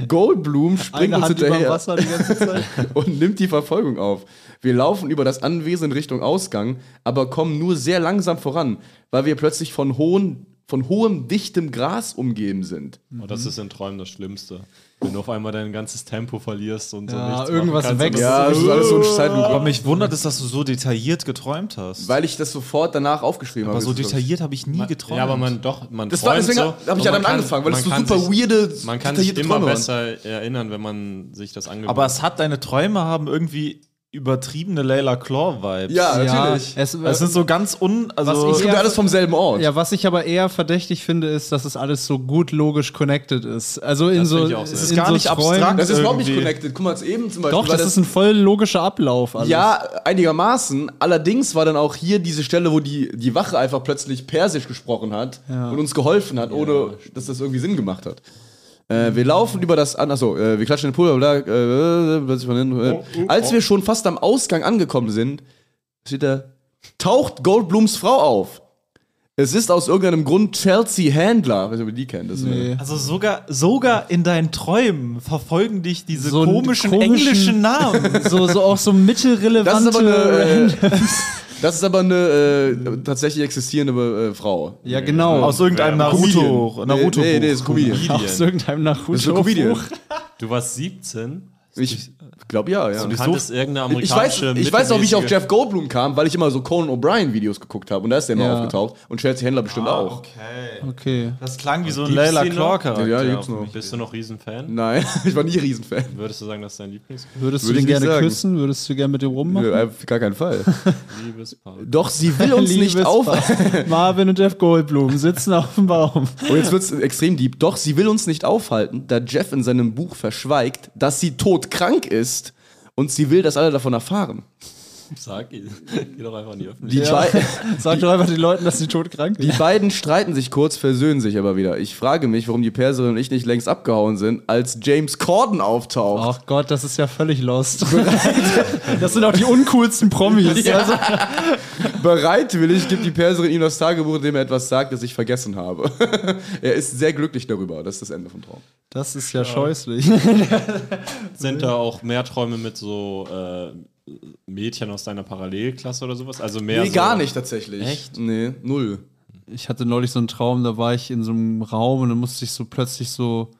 Goldblum springt
Eine
uns
Hand über
hinterher
dem Wasser die ganze Zeit.
und nimmt die Verfolgung auf. Wir laufen über das Anwesen in Richtung Ausgang, aber kommen nur sehr langsam voran, weil wir plötzlich von, hohen, von hohem, dichtem Gras umgeben sind.
Und Oh, das ist in Träumen das Schlimmste. Wenn du auf einmal dein ganzes Tempo verlierst und so
Ja,
nichts machen
irgendwas
kannst,
wächst.
aber-
das ist alles so ein
uh.
Aber
Zeitlupe.
mich wundert es, dass du so detailliert geträumt hast.
Weil ich das sofort danach aufgeschrieben
aber
habe.
so
Das-
detailliert habe ich nie geträumt.
Ja, aber man doch, man
Das war,
träumt
deswegen
so
habe
und
ich ja
man
damit
kann-
angefangen, weil es so
man kann
super
sich-
weirde,
Man kann sich
detaillierte
immer
Träume waren.
besser erinnern, wenn man sich das angewöhnt
Aber es hat deine Träume haben irgendwie übertriebene Layla Claw-Vibes.
Ja,
Ja,
natürlich.
es,
Das sind so ganz un. Also
Was
Es
ich-
kommt ja alles vom selben Ort.
Ja, was ich aber eher verdächtig finde, ist, dass es alles so gut logisch connected ist. Also in so,
finde ich auch sehr.
in
Das
ist gar
so
nicht
Träumen-
abstrakt.
das ist überhaupt nicht
irgendwie.
connected. Guck mal, jetzt eben zum Beispiel.
Doch,
war
das ist ein voll logischer Ablauf. Alles.
Ja, einigermaßen. Allerdings war dann auch hier diese Stelle, wo die, die Wache einfach plötzlich Persisch gesprochen hat und uns geholfen hat, ohne dass das irgendwie Sinn gemacht hat. Äh, wir laufen über das an, achso, äh, wir klatschen in den Pool, bla, bla, äh, plötzlich von hinten, äh.
Oh,
als wir schon fast am Ausgang angekommen sind, steht da, taucht Goldblums Frau auf. Es ist aus irgendeinem Grund Chelsea Handler. Weiß nicht, ob ihr die kennt. Das ist eine-
Nee.
Also sogar, sogar in deinen Träumen verfolgen dich diese
So einen
komischen,
komischen-
englischen Namen.
So, so auch so mittelrelevante.
Das ist aber eine, äh, das ist aber eine äh, tatsächlich existierende äh, Frau.
ja, genau.
Aus irgendeinem Naruto.
Comedian.
Naruto
Nee, nee, nee, ist Comedian.
Aus irgendeinem
Das ist eine
Naruto.
Comedian.
Du warst 17,
Ich glaube ja, ja.
du kanntest irgendeine
Also Ich weiß,
amerikanische
ich weiß auch, wie ich auf
mittelmäßige-
Jeff Goldblum kam, weil ich immer so Conan O'Brien Videos geguckt habe und da ist der immer
Ja.
aufgetaucht und Chelsea Handler bestimmt
Ah,
auch.
Okay.
Okay.
Das klang wie so ein
Gibt's
Layla
die noch?
Claw-Charakter.
Ja, die gibt's
auf
noch.
mich.
Bist du noch Riesenfan?
Nein, ich war nie Riesenfan.
Würdest du sagen, das ist dein Lieblings
Würdest
Würde
du
ich
den
nicht
gerne
sagen.
küssen? Würdest du gerne mit dem rummachen?
Nö, auf Gar keinen Fall.
Liebespaar?
Doch sie will uns nicht
Liebes
auf.
Paar. Marvin und Jeff Goldblum sitzen auf dem Baum.
Und Oh, jetzt wird's extrem deep. Doch sie will uns nicht aufhalten, da Jeff in seinem Buch verschweigt, dass sie todkrank ist und sie will, dass alle davon erfahren.
Sag ihn. Geh doch einfach in die
Die,
Öffentlichkeit.
bei
Sag doch einfach den Leuten, dass sie todkrank
Die
sind.
beiden streiten sich kurz, versöhnen sich aber wieder. Ich frage mich, warum die Perserin und ich nicht längst abgehauen sind, als James Corden auftaucht.
Ach Gott, das ist ja völlig lost. das sind auch die uncoolsten Promis. Also,
Bereitwillig gibt die Perserin ihm das Tagebuch, in dem er etwas sagt, das ich vergessen habe. er ist sehr glücklich darüber. Das ist das Ende vom Traum.
das ist ja scheußlich.
Sind da auch mehr Träume mit so äh, Mädchen aus deiner Parallelklasse oder sowas? Also mehr
nee,
so
gar nicht tatsächlich. Echt? Nee, null.
ich hatte neulich so einen Traum, da war ich in so einem Raum und dann musste ich so plötzlich so.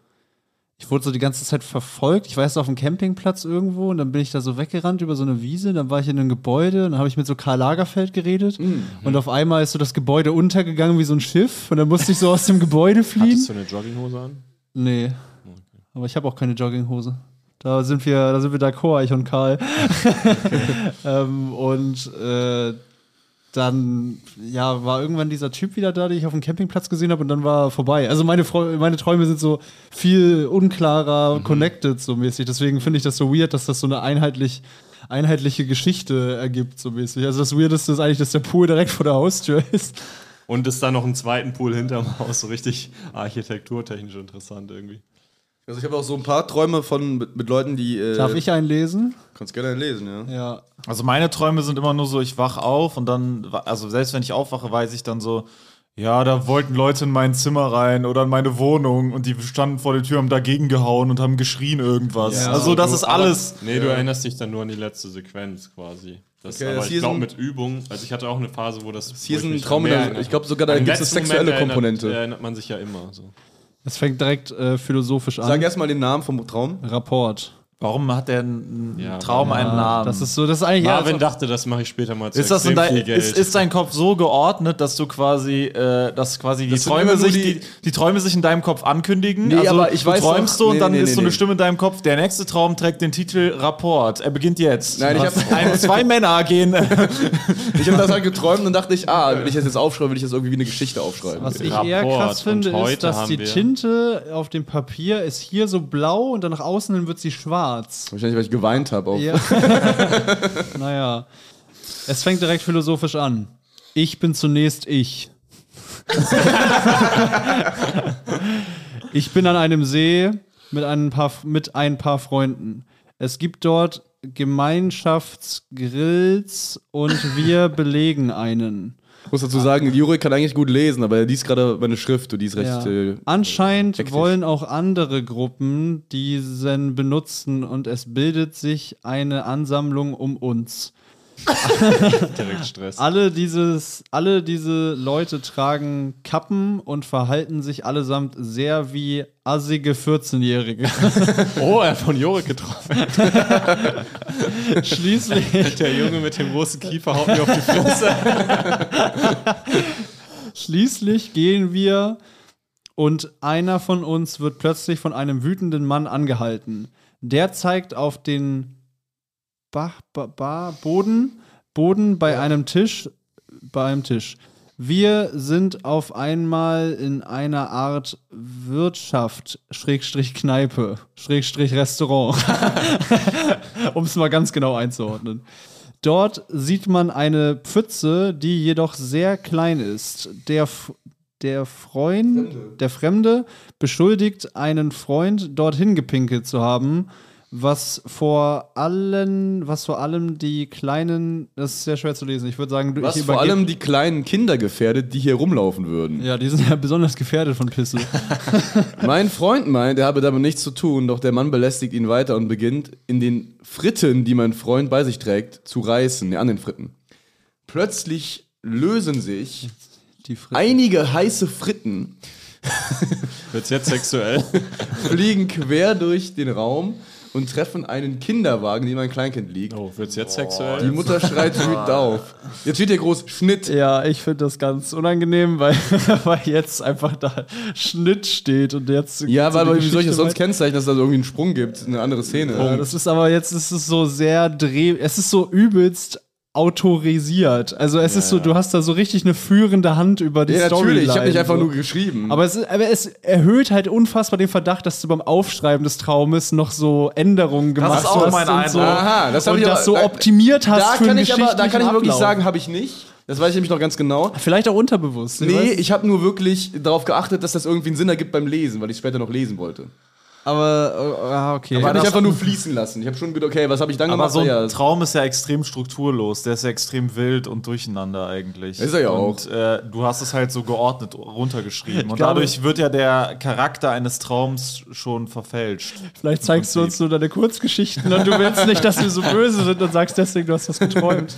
Ich wurde so die ganze Zeit verfolgt. Ich war erst auf dem Campingplatz irgendwo und dann bin ich da so weggerannt über so eine Wiese. Dann war ich in einem Gebäude und dann habe ich mit so Karl Lagerfeld geredet. Und auf einmal ist so das Gebäude untergegangen wie so ein Schiff. Und dann musste ich so aus dem Gebäude
Hattest
fliehen.
du eine Jogginghose an?
Nee. Aber ich habe auch keine Jogginghose. Da sind wir, da sind wir d'accord, ich und Karl. ähm, und äh, dann ja, war irgendwann dieser Typ wieder da, den ich auf dem Campingplatz gesehen habe und dann war er vorbei. Also meine, Freu- meine Träume sind so viel unklarer connected so mäßig. Deswegen finde ich das so weird, dass das so eine einheitlich, einheitliche Geschichte ergibt so mäßig. Also das Weirdeste ist eigentlich, dass der Pool direkt vor der Haustür ist.
Und ist da noch einen zweiten Pool hinterm Haus, so richtig architekturtechnisch interessant irgendwie.
Also ich habe auch so ein paar Träume von mit, mit Leuten, die. Äh,
Darf ich einlesen?
Kannst gerne lesen, ja.
Ja.
Also meine Träume sind immer nur so, ich wach auf und dann, also selbst wenn ich aufwache, weiß ich dann so, ja, da wollten Leute in mein Zimmer rein oder in meine Wohnung und die standen vor der Tür, haben dagegen gehauen und haben geschrien irgendwas.
Ja,
also das
Du-
ist alles.
Aber, nee, du erinnerst dich dann nur an die letzte Sequenz quasi. Das,
Okay,
aber
das
ich
hier
glaube
sind-
mit Übung, also ich hatte auch eine Phase, wo das.
hier
wo ich
sind
mich
Traum-
mehr
also
erinnere.
ich glaub sogar, da
An den
gibt's eine
letzten Moment
sexuelle
erinnert-
Komponente.
Erinnert man sich ja immer so.
Das fängt direkt äh, philosophisch an.
Sag erstmal den Namen vom Traum.
Rapport.
Warum hat der einen
Ja,
Traum einen Namen?
Hm.
Das ist so, das ist eigentlich
Marvin
also-
dachte, das mache ich später mal zu
ist, das in
extrem
dein,
viel Geld.
ist, ist dein Kopf so geordnet, dass du quasi, äh, dass quasi die
Das sind
Träume,
immer nur
sich, die,
die-
die Träume sich in deinem Kopf ankündigen? Also,
Nee, aber ich
du
weiß
träumst
noch-
so und
nee,
dann
nee,
ist so
nee,
eine
nee.
Stimme in deinem Kopf. Der nächste Traum trägt den Titel Rapport. Er beginnt jetzt.
Nein, ich
Was?
hab-
Ein, zwei Männer gehen.
Ich habe das halt geträumt und dachte ich, ah, wenn ich das jetzt aufschreibe, will ich das irgendwie wie eine Geschichte aufschreiben.
Was ich
Rapport.
eher krass finde,
Und heute
ist, dass
haben
die
wir-
Tinte auf dem Papier ist hier so blau und dann nach außen hin wird sie schwarz.
Wahrscheinlich, weil ich geweint habe. auch.
Ja. naja. Es fängt direkt philosophisch an. Ich bin zunächst ich. ich bin an einem See mit ein paar, mit ein paar Freunden. Es gibt dort Gemeinschaftsgrills und wir belegen einen.
Ich muss dazu sagen, Jurek kann eigentlich gut lesen, aber er liest gerade meine Schrift und die ist recht.
Ja. Ah,
Äh,
Anscheinend
hektisch.
wollen auch andere Gruppen diesen benutzen und es bildet sich eine Ansammlung um uns.
direkt Stress.
Alle, dieses, alle diese Leute tragen Kappen und verhalten sich allesamt sehr wie assige 14-Jährige.
Oh, er hat von Jorik getroffen.
Schließlich,
Der Junge mit dem großen Kiefer haut mir auf die Fresse.
schließlich gehen wir und einer von uns wird plötzlich von einem wütenden Mann angehalten. Der zeigt auf den ba ba ba Boden, Boden bei einem Tisch, bei einem Tisch. Wir sind auf einmal in einer Art Wirtschaft, Schrägstrich Kneipe, Schrägstrich Restaurant. um es mal ganz genau einzuordnen. Dort sieht man eine Pfütze, die jedoch sehr klein ist. Der, F- der Freund, der Fremde beschuldigt einen Freund, dorthin gepinkelt zu haben, was vor allen, was vor allem die kleinen, das ist sehr schwer zu lesen. Ich würde sagen, du-
was
ich
vor
übergebe-
allem die kleinen Kinder gefährdet, die hier rumlaufen würden.
ja, die sind ja besonders gefährdet von Pisse.
Mein Freund meint, er habe damit nichts zu tun, doch der Mann belästigt ihn weiter und beginnt, in den Fritten, die mein Freund bei sich trägt, zu reißen, ja, an den Fritten. Plötzlich lösen sich
Die Fritz-
einige heiße Fritten,
Wird's jetzt sexuell?
fliegen quer durch den Raum und treffen einen Kinderwagen, in dem ein Kleinkind liegt.
Oh, wird's jetzt
Die
sexuell?
Mutter schreit wütend auf. Jetzt steht hier groß Schnitt.
ja, ich finde das ganz unangenehm, weil, weil jetzt einfach da Schnitt steht und jetzt.
Ja, weil aber wie soll ich
solche
das sonst kennzeichnen, dass da so irgendwie einen Sprung gibt, eine andere Szene?
Ja, das ist aber jetzt, ist es so sehr dreh, es ist so übelst autorisiert. Also es ist so, du hast da so richtig eine führende Hand über die
ja,
Storyline.
natürlich, ich habe nicht einfach
so.
nur geschrieben.
aber es, ist, aber es erhöht halt unfassbar den Verdacht, dass du beim Aufschreiben des Traumes noch so Änderungen gemacht hast.
ist auch mein
und so,
Eindruck.
Aha, das hab
und
ich
das
aber-
so
da-
optimiert hast
da
für
kann
einen
ich aber, da kann ich
geschichtlichen
wirklich
Ablauf.
sagen, habe ich nicht. Das weiß ich nämlich noch ganz genau.
Vielleicht auch unterbewusst. ich
Nee,
weiß.
ich habe nur wirklich darauf geachtet, dass das irgendwie einen Sinn ergibt beim Lesen, weil ich später noch lesen wollte.
aber äh, ah, okay.
Ich habe
das-
nicht einfach nur fließen lassen. Ich habe schon gedacht, okay, was habe ich dann
Aber
gemacht?
so
ja,
ein
das-
Traum ist ja extrem strukturlos, der ist ja extrem wild und durcheinander eigentlich.
Ist er ja
und, Äh, du hast es halt so geordnet runtergeschrieben und
glaube-
dadurch wird ja der Charakter eines Traums schon verfälscht.
Vielleicht zeigst du uns nur deine Kurzgeschichten und du willst nicht, dass wir so böse sind und sagst deswegen, du hast das geträumt.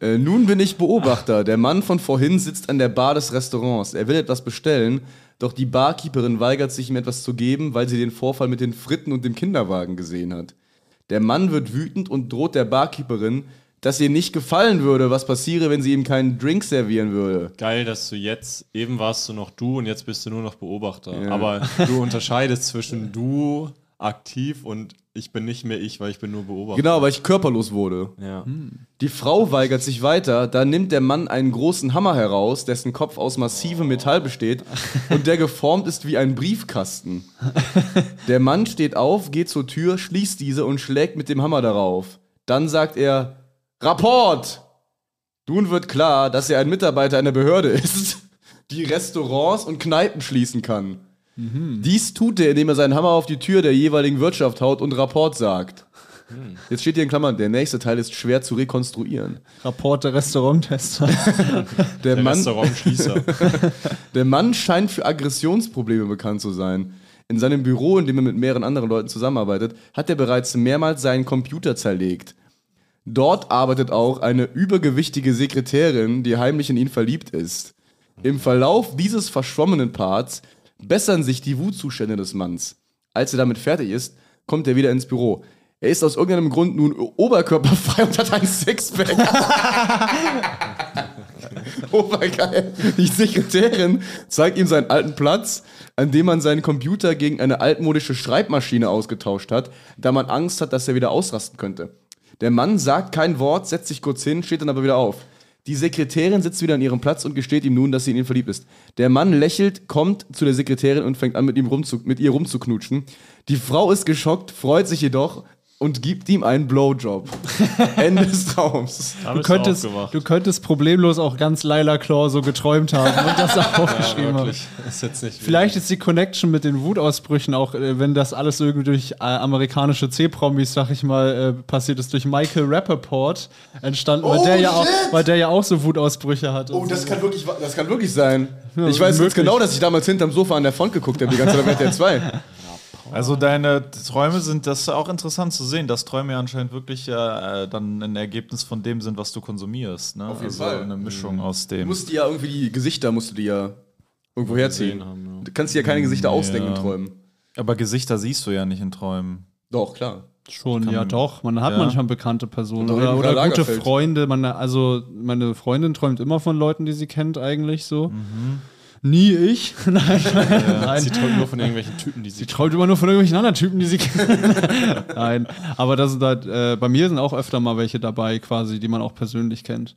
Äh, nun bin ich Beobachter. Der Mann von vorhin sitzt an der Bar des Restaurants. Er will etwas bestellen, doch die Barkeeperin weigert sich, ihm etwas zu geben, weil sie den Vorfall mit den Fritten und dem Kinderwagen gesehen hat. Der Mann wird wütend und droht der Barkeeperin, dass ihr nicht gefallen würde, was passiere, wenn sie ihm keinen Drink servieren würde.
Geil, dass du jetzt, eben warst du noch du und jetzt bist du nur noch Beobachter. Aber du unterscheidest zwischen du aktiv und ich bin nicht mehr ich, weil ich bin nur Beobachter.
Genau, weil ich körperlos wurde.
Ja.
Die Frau weigert sich weiter, da nimmt der Mann einen großen Hammer heraus, dessen Kopf aus massivem Metall besteht und der geformt ist wie ein Briefkasten. Der Mann steht auf, geht zur Tür, schließt diese und schlägt mit dem Hammer darauf. Dann sagt er, Rapport! Nun wird klar, dass er ein Mitarbeiter einer Behörde ist, die Restaurants und Kneipen schließen kann. Dies tut er, indem er seinen Hammer auf die Tür der jeweiligen Wirtschaft haut und Rapport sagt. Jetzt steht hier in Klammern, der nächste Teil ist schwer zu rekonstruieren.
Rapport der Restauranttester.
Der, Mann,
Restaurantschließer.
der Mann scheint für Aggressionsprobleme bekannt zu sein. In seinem Büro, in dem er mit mehreren anderen Leuten zusammenarbeitet, hat er bereits mehrmals seinen Computer zerlegt. Dort arbeitet auch eine übergewichtige Sekretärin, die heimlich in ihn verliebt ist. Im Verlauf dieses verschwommenen Parts bessern sich die Wutzustände des Manns. Als er damit fertig ist, kommt er wieder ins Büro. Er ist aus irgendeinem Grund nun oberkörperfrei und hat ein Sixpack. Obergeil. Oh Die Sekretärin zeigt ihm seinen alten Platz, an dem man seinen Computer gegen eine altmodische Schreibmaschine ausgetauscht hat, da man Angst hat, dass er wieder ausrasten könnte. Der Mann sagt kein Wort, setzt sich kurz hin, steht dann aber wieder auf. Die Sekretärin sitzt wieder an ihrem Platz und gesteht ihm nun, dass sie in ihn verliebt ist. Der Mann lächelt, kommt zu der Sekretärin und fängt an, mit, ihm rumzu mit ihr rumzuknutschen. Die Frau ist geschockt, freut sich jedoch und gibt ihm einen Blowjob. Ende des Traums.
Da
Du
bist du
könntest,
aufgewacht.
du könntest problemlos auch ganz Laila Claw so geträumt haben und das auch aufgeschrieben haben.
Wirklich. Ist jetzt nicht
Vielleicht ist die Connection mit den Wutausbrüchen auch, äh, wenn das alles irgendwie durch äh, amerikanische C-Promis, sag ich mal, äh, passiert ist, durch Michael Rappaport entstanden, weil,
Oh,
der ja auch,
shit!
weil der ja auch so Wutausbrüche hat.
Oh, das kann wirklich, wa- das kann wirklich sein. ich weiß
möglich.
jetzt genau, dass ich damals hinterm Sofa an der Front geguckt habe, die ganze Zeit bei RTL 2.
Also deine Träume sind, das ist auch interessant zu sehen, dass Träume ja anscheinend wirklich äh, dann ein Ergebnis von dem sind, was du konsumierst. Ne? Auf
jeden
also
Fall.
Mhm.
eine Mischung aus
Du
dem.
musst dir ja irgendwie die Gesichter, musst du dir ja irgendwo herziehen. Du kannst dir ja keine Gesichter ausdenken in Träumen.
Aber Gesichter siehst du ja nicht in Träumen.
Doch, klar.
Schon, ja doch. Man hat
Ja.
manchmal bekannte Personen
Und auch
oder,
Jutta
oder gute
Lagerfeld.
Freunde. Man, also meine Freundin träumt immer von Leuten, die sie kennt eigentlich so. Nie ich. Nein, nein.
Sie träumt nur von irgendwelchen Typen, die sie
Sie träumt immer nur von irgendwelchen anderen Typen, die sie kennen. Nein, aber das sind halt, äh, bei mir sind auch öfter mal welche dabei quasi, die man auch persönlich kennt.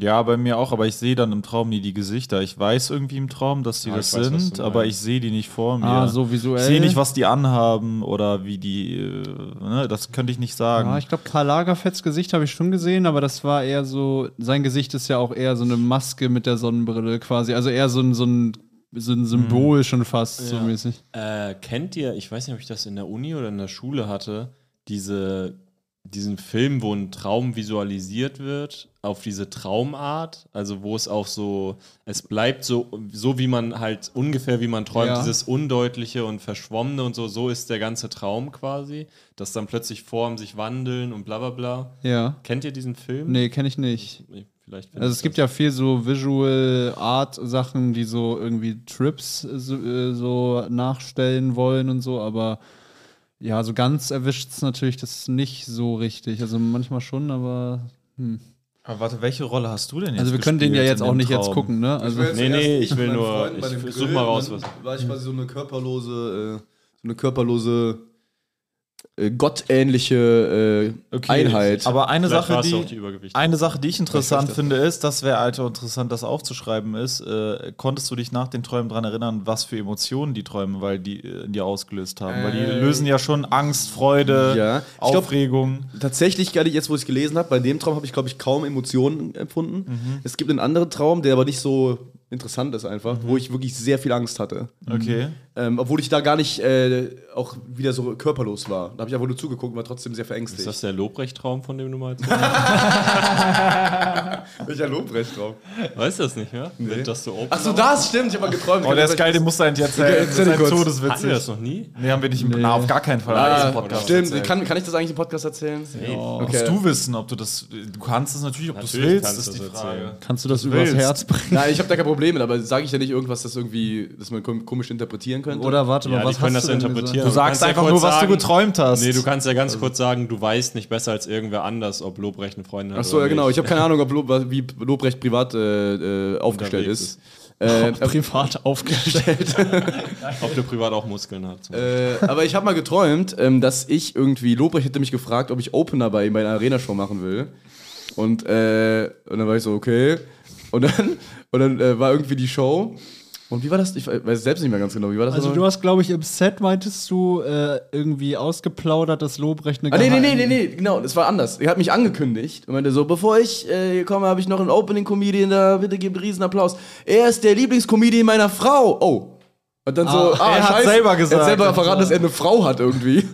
Ja, bei mir auch, aber ich sehe dann im Traum nie die Gesichter. Ich weiß irgendwie im Traum, dass die
Ah,
das
ich weiß, was
sind,
du
aber
meinst.
ich sehe die nicht vor mir.
Ah, so visuell.
Ich sehe nicht, was die anhaben oder wie die. Äh, ne? Das könnte ich nicht sagen.
Ja, Ah, ich glaube, Karl Lagerfelds Gesicht habe ich schon gesehen, aber das war eher so, sein Gesicht ist ja auch eher so eine Maske mit der Sonnenbrille quasi, also eher so ein, so ein, so ein Symbol schon fast so mäßig.
Äh, kennt ihr, ich weiß nicht, ob ich das in der Uni oder in der Schule hatte, diese, diesen Film, wo ein Traum visualisiert wird, auf diese Traumart, also wo es auch so, es bleibt so, so wie man halt ungefähr, wie man träumt,
Ja.
dieses Undeutliche und Verschwommene und so, so ist der ganze Traum quasi, dass dann plötzlich Formen sich wandeln und bla bla bla.
Ja.
Kennt ihr diesen Film?
Nee, kenne ich nicht.
Vielleicht
Also es gibt ja viel so Visual Art Sachen, die so irgendwie Trips äh, so, äh, so nachstellen wollen und so, aber ja, so ganz erwischt es natürlich das nicht so richtig. Also manchmal schon, aber
aber warte, welche Rolle hast du denn jetzt?
also wir können den ja
gespielt
jetzt
in
auch
dem
nicht jetzt
Traum?
gucken, ne? Also
nee, nee, ich will nur- ich such mal raus, was-
War ich quasi so eine körperlose, äh, so eine körperlose, äh, gottähnliche äh, Einheit.
Aber eine
Vielleicht
Sache,
warst du
die,
auch die Übergewichtige.
eine Sache, die ich interessant finde, ist, das wäre alter interessant, das aufzuschreiben ist. Äh, konntest du dich nach den Träumen daran erinnern, was für Emotionen die Träume, weil die äh, in dir ausgelöst haben? Weil die lösen ja schon Angst, Freude,
Äh, Ja. Ich glaub-
Aufregung.
Tatsächlich, gerade jetzt, wo ich es gelesen habe, bei dem Traum habe ich, glaube ich, kaum Emotionen empfunden.
Mhm.
Es gibt einen anderen Traum, der aber nicht so interessant ist einfach, wo ich wirklich sehr viel Angst hatte.
Mhm. okay.
Ähm, obwohl ich da gar nicht äh, auch wieder so körperlos war. Da habe ich einfach nur zugeguckt und war trotzdem sehr verängstigt.
Ist das der Lobrecht-Traum, von dem du mal
Welcher Lobrecht drauf?
Weißt du das nicht, ja? Nee. Dass du open
Achso, das stimmt, ich habe geträumt.
Oh, der ist geil, den musst du eigentlich erzählen.
Okay,
äh, Das ist
erzähl
ein
kurz.
Hatten wir das
todeswitzig.
noch nie?
Nee, haben wir nicht im Na, auf gar keinen Fall.
Ah,
Im Podcast
stimmt,
erzählt.
kann, kann ich das eigentlich im Podcast erzählen?
Musst du wissen, ob du das. Du kannst es natürlich, ob du es
Natürlich
willst,
kannst
ist die
du das
Frage.
erzählen.
kannst du das übers
willst.
Herz bringen?
Nein, ich habe da kein Problem mit, aber sage ich ja nicht irgendwas, das irgendwie, das man kom- komisch interpretieren könnte.
Oder warte mal,
Ja, die
was
können das
hast du denn
interpretieren.
gesagt?
Du
Du
Also-
sagst
kannst ja
einfach
kurz
nur, was
sagen-
du geträumt hast.
Nee, du kannst ja ganz kurz sagen, du weißt nicht besser als irgendwer anders, ob Lobrecht eine Freundin hat.
Achso,
oder
ja genau. Ich
nicht.
habe keine Ahnung, ob Lob, wie Lobrecht privat äh, äh, aufgestellt
Unterwegs
ist. Äh,
privat aufgestellt.
Ob der privat auch Muskeln hat. zum Beispiel.
äh, aber ich habe mal geträumt, ähm, dass ich irgendwie, Lobrecht hätte mich gefragt, ob ich Opener bei ihm bei einer Arena-Show machen will. Und, äh, und dann war ich so, okay. Und dann, und dann äh, war irgendwie die Show. Und wie war das? Ich weiß selbst nicht mehr ganz genau, wie war das?
Also
nochmal?
du hast, glaube ich, im Set meintest du äh, irgendwie ausgeplaudert, dass Lobrecht eine
Ah, nee, nee, nee,
geheime-
nee, nee, genau, das war anders. Er hat mich angekündigt und meinte so, bevor ich äh, hier komme, habe ich noch einen Opening-Comedian da, bitte gebt einen riesen Applaus. Er ist der Lieblingscomedian meiner Frau. Oh. Und dann so, ah,
er hat
scheiße.
selber
Er
gesagt.
hat selber verraten, dass er eine Frau hat irgendwie.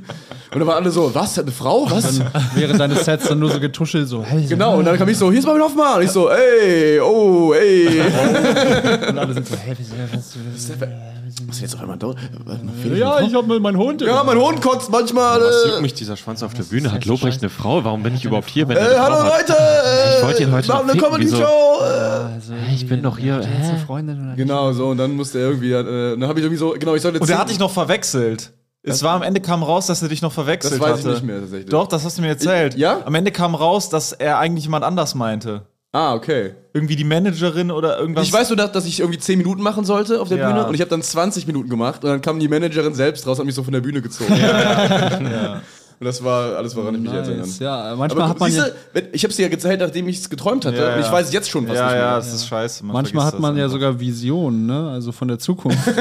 Und dann waren alle so, was, hat eine Frau, was?
Während deines Sets dann nur so getuschelt, so, hey,
genau, und dann kam ich so, hier ist Marvin Hoffmann. Und ich so, ey, oh, ey.
Und alle sind so, hey, wieso- was-
Muss jetzt auf einmal dort.
Ja, ich hab mal meinen Hund.
Ja, mein Hund kotzt manchmal.
Was
Äh,
juckt mich dieser Schwanz auf der Bühne? Hat Lobrecht eine Frau? Warum bin ich überhaupt hier, wenn er
äh,
eine
hallo
Frau hat?
Leute, äh,
Ich wollte ihn heute
machen
noch
eine
ficken, wieso?
Comedy-Show. Äh.
Ah,
also
Ich bin doch hier. Hä?
Genau, so, und dann musste er irgendwie, äh, dann habe ich irgendwie so, genau, ich sollte
Und er
zehn-
hat dich noch verwechselt. Es war am Ende kam raus, dass er dich noch verwechselt
Das weiß ich
hatte.
nicht mehr tatsächlich.
Doch, das hast du mir erzählt.
Ich- ja?
Am Ende kam raus, dass er eigentlich jemand anders meinte.
Ah, okay.
Irgendwie die Managerin oder irgendwas.
ich weiß nur, dass, dass ich irgendwie 10 Minuten machen sollte auf der
Ja.
Bühne und ich habe dann 20 Minuten gemacht und dann kam die Managerin selbst raus und hat mich so von der Bühne gezogen. Und das war alles, woran ich mich jetzt erinnern
Nice. Ja, manchmal
Aber
hat man ja,
siehste, wenn- ich habe sie ja gezählt, nachdem ich es geträumt hatte.
Ja, ja.
Und ich weiß jetzt schon, was
ja,
ich
ja, das ist scheiße. Man
manchmal
vergisst
hat man
das
ja
einfach.
sogar Visionen, ne? Also von der Zukunft.
Das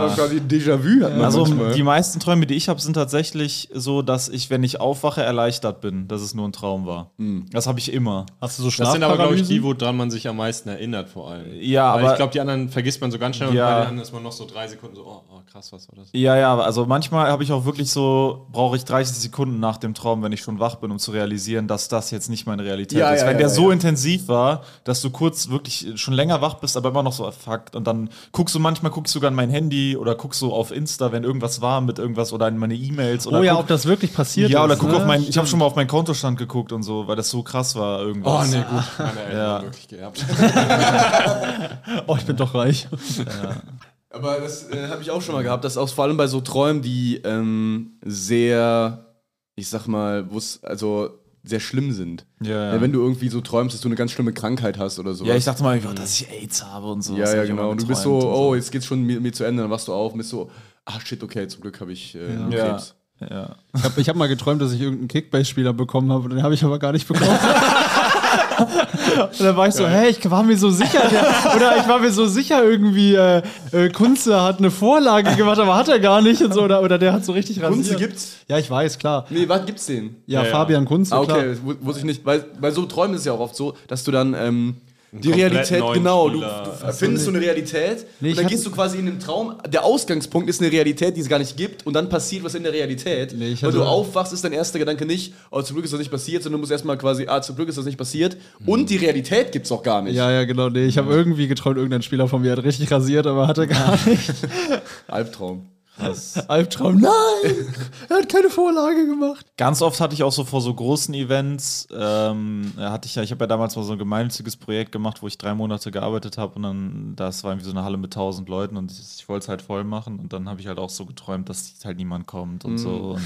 war quasi ein Déjà-vu. Hat man
Also
manchmal.
die meisten Träume, die ich habe, sind tatsächlich so, dass ich, wenn ich aufwache, erleichtert bin, dass es nur ein Traum war.
Hm.
Das habe ich immer.
Hast du so
Das sind aber, glaube ich, die, woran man sich am meisten erinnert, vor allem.
Ja,
Weil
aber-
ich glaube, die anderen vergisst man so ganz schnell
Ja.
und bei den anderen ist man noch so drei Sekunden so, oh, oh krass, was war das?
Ja, ja, also manchmal habe ich auch wirklich so, brauche ich 30 Sekunden nach dem Traum, wenn ich schon wach bin, um zu realisieren, dass das jetzt nicht meine Realität
Ja,
ist.
ja,
wenn
ja,
der
ja,
so
ja.
intensiv war, dass du kurz wirklich schon länger wach bist, aber immer noch so ah, fuck. Und dann guckst du manchmal, guckst du sogar an mein Handy oder guckst so auf Insta, wenn irgendwas war mit irgendwas oder in meine E-Mails oder
Oh ja,
guck,
ob das wirklich passiert
ja,
ist.
oder guck
ne?
auf mein, ich habe schon mal auf meinen Kontostand geguckt und so, weil das so krass war
Oh,
irgendwas.
ne.
nee, gut, meine Eltern haben wirklich geerbt.
Oh, ich bin doch reich.
Aber das äh, habe ich auch schon mal gehabt, dass auch vor allem bei so Träumen, die ähm, sehr, ich sag mal, wo's- also sehr schlimm sind. Äh,
Ja, ja.
Wenn du irgendwie so träumst, dass du eine ganz schlimme Krankheit hast oder so.
Ja, ich dachte mal, oh, dass ich AIDS habe und so.
Ja,
Das hab
ja,
ich
genau.
immer
Und du bist so,
geträumt und
oh, jetzt geht's schon mir, mir zu Ende. Dann wachst du auf und bist so, ah shit, okay, zum Glück habe ich äh,
Ja.
Krebs.
Ja.
Ich habe ich hab mal geträumt, dass ich irgendeinen Kickbase-Spieler bekommen habe, den habe ich aber gar nicht bekommen. Und dann war ich so, hey, ich war mir so sicher, der, oder ich war mir so sicher irgendwie, äh, äh, Kunze hat eine Vorlage gemacht, aber hat er gar nicht und so, oder, oder der hat so richtig rasiert.
Kunze gibt's?
Ja, ich weiß, klar.
Nee, was gibt's den?
Ja, Fabian Kunze,
Ah,
klar.
okay, das wu- wusste ich nicht. Weil bei so Träumen ist es ja auch oft so, dass du dann ähm, die
komplett
Realität,
neuen
genau, du,
Spieler.
du erfindest so eine Realität
Nee, ich
und dann
hab-
gehst du quasi in den Traum. Der Ausgangspunkt ist eine Realität, die es gar nicht gibt und dann passiert was in der Realität.
Nee, ich
Wenn du
hatte-
aufwachst, ist dein erster Gedanke nicht, oh, zum Glück ist das nicht passiert, sondern du musst erstmal quasi, ah, zum Glück ist das nicht passiert
Hm.
und die Realität gibt's auch gar nicht.
Ja, ja, genau. Nee, ich habe irgendwie geträumt, irgendein Spieler von mir hat richtig rasiert, aber hat er gar nicht.
Albtraum.
Albtraum, nein! Er hat keine Vorlage gemacht.
Ganz oft hatte ich auch so vor so großen Events, ähm, hatte ich ja, ich habe ja damals mal so ein gemeinnütziges Projekt gemacht, wo ich drei Monate gearbeitet habe und dann, das war irgendwie so eine Halle mit tausend Leuten und ich, ich wollte es halt voll machen und dann habe ich halt auch so geträumt, dass halt niemand kommt und so. Und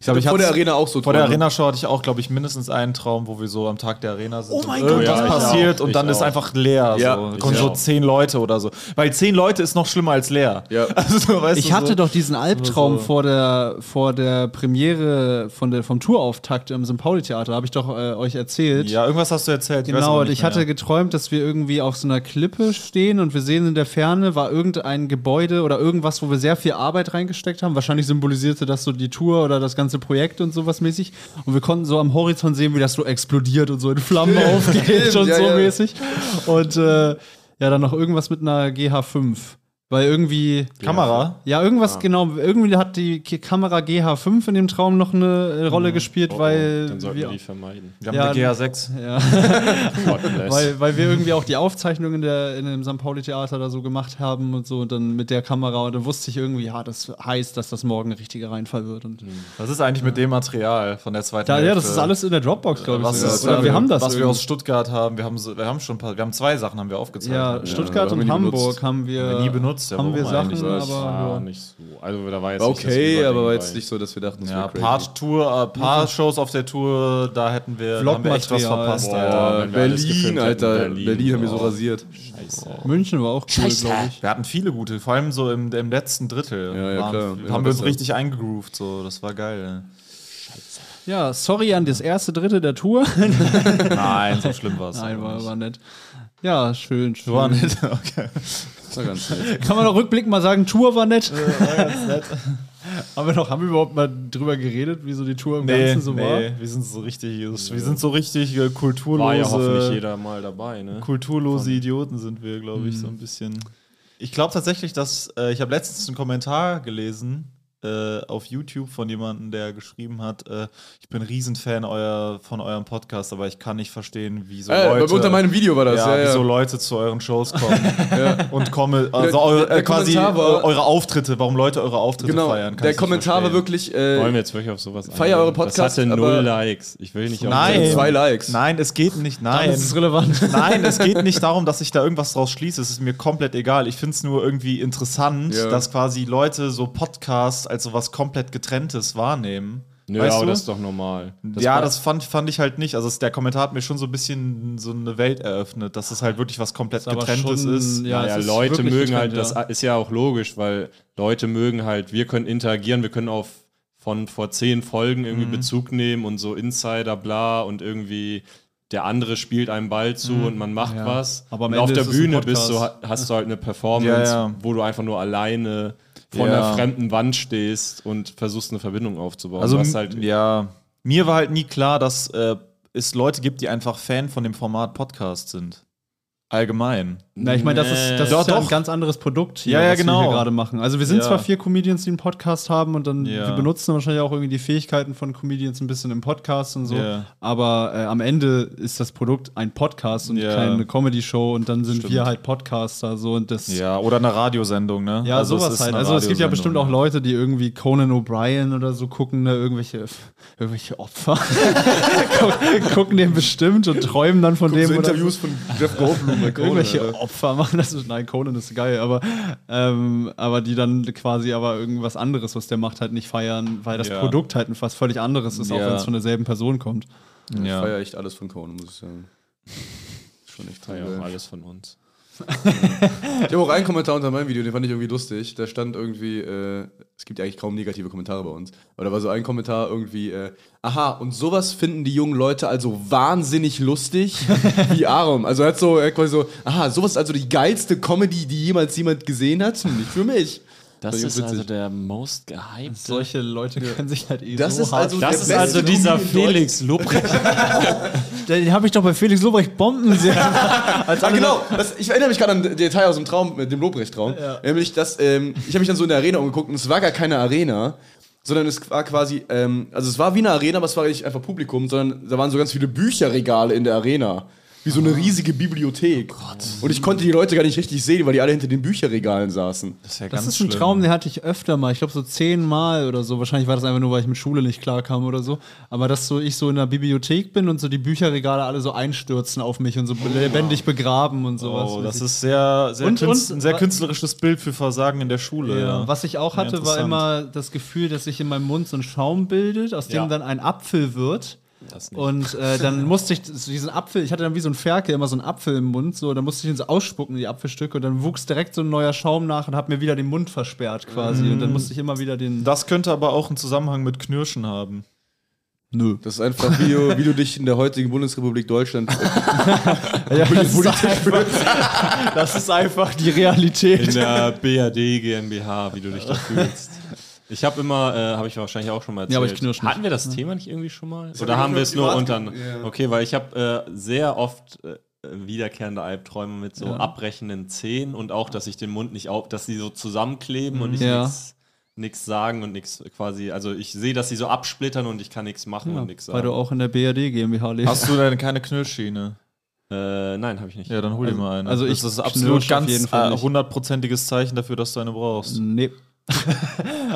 ich glaube, ich
Mm. vor der
hatte-
Arena auch so
Vor der
Träume.
Arena-Show hatte ich auch, glaube ich, mindestens einen Traum, wo wir so am Tag der Arena sind. Oh
mein
und irgendwas
Gott, ja, ich
passiert
auch,
und
ich
dann ist
auch.
einfach leer.
Ja,
so.
ich
Kommen so
auch.
zehn Leute oder so. Weil zehn Leute ist noch schlimmer als leer.
Ja.
Also, weißt
Ich
du,
hatte
so.
doch diesen Albtraum
so.
vor der vor der Premiere von der vom Tourauftakt im St. Pauli Theater, habe ich doch äh, euch erzählt.
Ja, irgendwas hast du erzählt. ich weiß
Genau,
aber
und
nicht
ich hatte
mehr.
geträumt, dass wir irgendwie auf so einer Klippe stehen und wir sehen in der Ferne war irgendein Gebäude oder irgendwas, wo wir sehr viel Arbeit reingesteckt haben. Wahrscheinlich symbolisierte das so die Tour oder das ganze Projekt und sowas mäßig. Und wir konnten so am Horizont sehen, wie das so explodiert und so in Flammen aufgeht und
ja,
so
ja.
mäßig. Und äh, ja, dann noch irgendwas mit einer GH5. Weil irgendwie.
Kamera. Ah.
Ja, irgendwas genau. Irgendwie hat die K- Kamera GH5 in dem Traum noch eine äh,
Mhm.
Rolle gespielt,
Oh,
weil
Dann sollten wir
wir,
die vermeiden.
Wir haben
Ja,
eine GH6.
God bless.
weil, weil wir irgendwie auch die Aufzeichnung in, der, in dem St. Pauli Theater da so gemacht haben und so und dann mit der Kamera und dann wusste ich irgendwie, ja, das heißt, dass das morgen ein richtiger Reinfall wird. Und
Was ist eigentlich mit dem Material von der zweiten
da, ja,
Hälfte?
das ist alles in der Dropbox, glaube ich.
Was,
sogar.
ist, äh,
Oder wir haben das.
was wir
irgendwie.
aus Stuttgart haben. Wir haben, so- wir haben schon ein paar, wir haben zwei Sachen haben wir aufgezeichnet.
ja, Stuttgart
haben wir
und
nie
Hamburg
benutzt.
haben wir,
Haben wir nie benutzt. Oh
benutzt. Der
haben wir
warum
Sachen,
eigentlich? Das
aber-
war Ah, nicht so. Also da war jetzt
War
nicht das
okay, aber war jetzt
Überding
nicht so, dass wir dachten, das
Ja,
wäre crazy.
Part-Tour, äh, Paar-Shows auf der Tour, da hätten wir, da haben wir echt was
Hm. Vlogmaterial.
verpasst.
Boah.
Alter.
Ja,
Oh, wenn wir alles
Berlin,
gefilmt hätten,
Alter. Berlin,
Berlin.
haben wir so
Oh.
rasiert.
bei. Scheiße.
München war auch cool, glaube ich.
Wir hatten viele gute, vor allem so im, im letzten Drittel.
Ja, ja,
waren,
klar.
Haben
Immer
wir uns
besser.
richtig eingegroovt, so. Das war geil.
Ja, sorry an das erste Dritte der Tour.
ey. Nein, so schlimm war's
Nein,
aber
war,
nicht.
war nett. Ja, schön, schön.
war nicht. Okay.
Das war ganz nett.
Kann man doch rückblickend mal sagen, Tour war nett. haben, wir noch, haben wir überhaupt mal drüber geredet, wie so die Tour im Ganzen so war?
wir sind so richtig, wir sind so richtig äh,
War ja
kulturlose,
hoffentlich jeder mal dabei, ne?
kulturlose Idioten sind wir, glaube ich, so
Hm.
ein bisschen. Ich glaube tatsächlich, dass äh, ich habe letztens einen Kommentar gelesen äh, auf YouTube von jemandem, der geschrieben hat, äh, ich bin Riesenfan euer, von eurem Podcast, aber ich kann nicht verstehen, wieso
Äh,
Leute
unter meinem Video war das.
ja,
Ja, ja,
wieso Leute zu euren Shows kommen und komme, also
Der-
eure, äh,
der
quasi
Kommentar war-
eure Auftritte, warum Leute eure Auftritte
Genau.
feiern. kann
Der
ich nicht
Kommentar war
verstehen.
wirklich
Wollen
äh,
wir jetzt wirklich auf sowas
Feier
eingehen?
eure Podcasts,
Das hatte
aber-
null Likes. Ich will nicht auf
Nein.
zwei Likes.
Nein, es geht nicht. Nein.
Dann ist es relevant.
Nein, es geht nicht darum, dass ich da irgendwas draus schließe. Es ist mir komplett egal. Ich finde es nur irgendwie interessant,
Ja.
dass quasi Leute so Podcasts als so was komplett getrenntes wahrnehmen.
Nö,
Weißt
aber
du?
das ist doch normal.
ja, das fand, fand ich halt nicht. Also es, der Kommentar hat mir schon so ein bisschen so eine Welt eröffnet, dass es halt wirklich was komplett
aber
getrenntes
schon-
ist.
Ja,
Ja,
es
ja
ist
Leute
wirklich
mögen halt,
getrennt,
das
ja.
ist ja auch logisch, weil Leute mögen halt, wir können interagieren, wir können auf von vor zehn Folgen irgendwie
Mhm.
Bezug nehmen und so Insider, bla und irgendwie der andere spielt einem Ball zu und man macht
Mhm. Ja.
was.
Aber am
und
Ende
auf der
ist es ein
Bühne bist du,
Podcast.
hast du halt eine Performance,
Ja, ja.
wo du einfach nur alleine vor
Ja.
einer fremden Wand stehst und versuchst eine Verbindung aufzubauen.
Also
was
m-
halt
ja, mir war halt nie klar, dass äh, es Leute gibt, die einfach Fan von dem Format Podcast sind. Allgemein.
Na, ich meine, das ist, das
Doch,
ist ja ein
doch.
ganz anderes Produkt hier,
Ja, ja,
was wir
genau.
hier gerade machen. Also wir sind
Ja.
zwar vier Comedians, die einen Podcast haben und dann
Ja.
wir benutzen wahrscheinlich auch irgendwie die Fähigkeiten von Comedians ein bisschen im Podcast und so,
Ja.
aber äh, am Ende ist das Produkt ein Podcast und
Ja.
keine Comedy-Show und dann sind
Stimmt.
wir halt Podcaster so und das
Ja, oder eine Radiosendung, ne?
Ja,
Also es
sowas
ist
halt.
eine
Also es gibt ja
Radiosendung,
bestimmt auch Leute, die irgendwie Conan O'Brien oder so gucken, ne, irgendwelche, irgendwelche Opfer. Gu- gucken den bestimmt und träumen dann von
Guck,
dem.
so
oder
Interviews von Jeff Goldblum. bei Conan,
irgendwelche
Alter.
Opfer machen das. Nein, Conan ist geil, aber, ähm, aber die dann quasi aber irgendwas anderes, was der macht, halt nicht feiern, weil das
Ja.
Produkt halt was völlig anderes ist, auch
Ja.
wenn es von derselben Person kommt.
Ich
Ja.
feier echt alles von Conan, muss ich sagen. Schon echt
ja auch
geil.
alles von uns.
Ich habe auch einen Kommentar unter meinem Video, den fand ich irgendwie lustig. Da stand irgendwie, äh, es gibt ja eigentlich kaum negative Kommentare bei uns, aber da war so ein Kommentar irgendwie, äh, aha, und sowas finden die jungen Leute also wahnsinnig lustig wie Arum. Also er hat so, er hat quasi so, aha, sowas ist also die geilste Comedy, die jemals jemand gesehen hat? Hm, Nicht für mich.
Das
Fand ich
ist
witzig.
also der most gehypte.
Solche Leute können sich halt eh
Das
so
ist
hart.
also
Das
der
ist
beste
also dieser
Comedian in Deutschland.
Felix Lobrecht.
Den habe ich doch bei Felix Lobrecht Bomben als
Ah, genau. Das, ich erinnere mich gerade an den Detail aus dem Traum, mit dem Lobrecht-Traum. Nämlich, dass ähm, ich habe mich dann so in der Arena umgeguckt und es war gar keine Arena, sondern es war quasi, ähm, also es war wie eine Arena, aber es war nicht einfach Publikum, sondern da waren so ganz viele Bücherregale in der Arena. Wie
Ah.
so eine riesige Bibliothek.
Oh
Und ich konnte die Leute gar nicht richtig sehen, weil die alle hinter den Bücherregalen saßen.
Das ist, ja
Das ist
ganz
ein
schlimm.
Traum, den hatte ich öfter mal. Ich glaube so zehnmal oder so. Wahrscheinlich war das einfach nur, weil ich mit Schule nicht klarkam oder so. Aber dass so ich so in der Bibliothek bin und so die Bücherregale alle so einstürzen auf mich und so lebendig begraben und sowas.
Oh, das ist sehr, sehr,
Und-
künst,
und-
ein sehr künstlerisches Bild für Versagen in der Schule.
ja.
Ja.
Was ich auch
Ja,
hatte, war
interessant.
immer das Gefühl, dass sich in meinem Mund so ein Schaum bildet, aus dem
Ja.
dann ein Apfel wird.
Das nicht.
Und äh, dann musste ich so diesen Apfel, ich hatte dann wie so ein Ferkel immer so einen Apfel im Mund, so, dann musste ich ihn so ausspucken, die Apfelstücke, und dann wuchs direkt so ein neuer Schaum nach und hab mir wieder den Mund versperrt quasi. Und
Mm.
dann musste ich immer wieder den.
Das könnte aber auch einen Zusammenhang mit Knirschen haben.
Nö.
Das ist einfach, wie, du- wie du dich in der heutigen Bundesrepublik Deutschland äh,
Ja, das, ist einfach, das ist einfach die Realität.
In der BAD GmbH, wie du dich da fühlst. Ich habe immer, äh, habe ich wahrscheinlich auch schon mal erzählt.
Ja, aber ich knirsch nicht.
Hatten wir das Thema nicht irgendwie schon mal? Oder haben wir es nur unter. Okay, weil ich habe äh, sehr oft äh, wiederkehrende Albträume mit so abbrechenden Zähnen und auch, dass ich den Mund nicht auf, dass sie so zusammenkleben und ich
Ja.
nichts nichts sagen und nichts quasi, also ich sehe, dass sie so absplittern und ich kann nichts machen und nichts
Weil du
sagen.
auch in der BRD GmbH lebst.
Hast du denn keine Knirschschiene?
Äh, nein, habe ich nicht.
Ja, dann hol dir mal eine.
also ich
das ist
knirsch
absolut
auf
ganz
jeden Fall
äh,
nicht.
hundertprozentiges Zeichen dafür, dass du eine brauchst.
nee.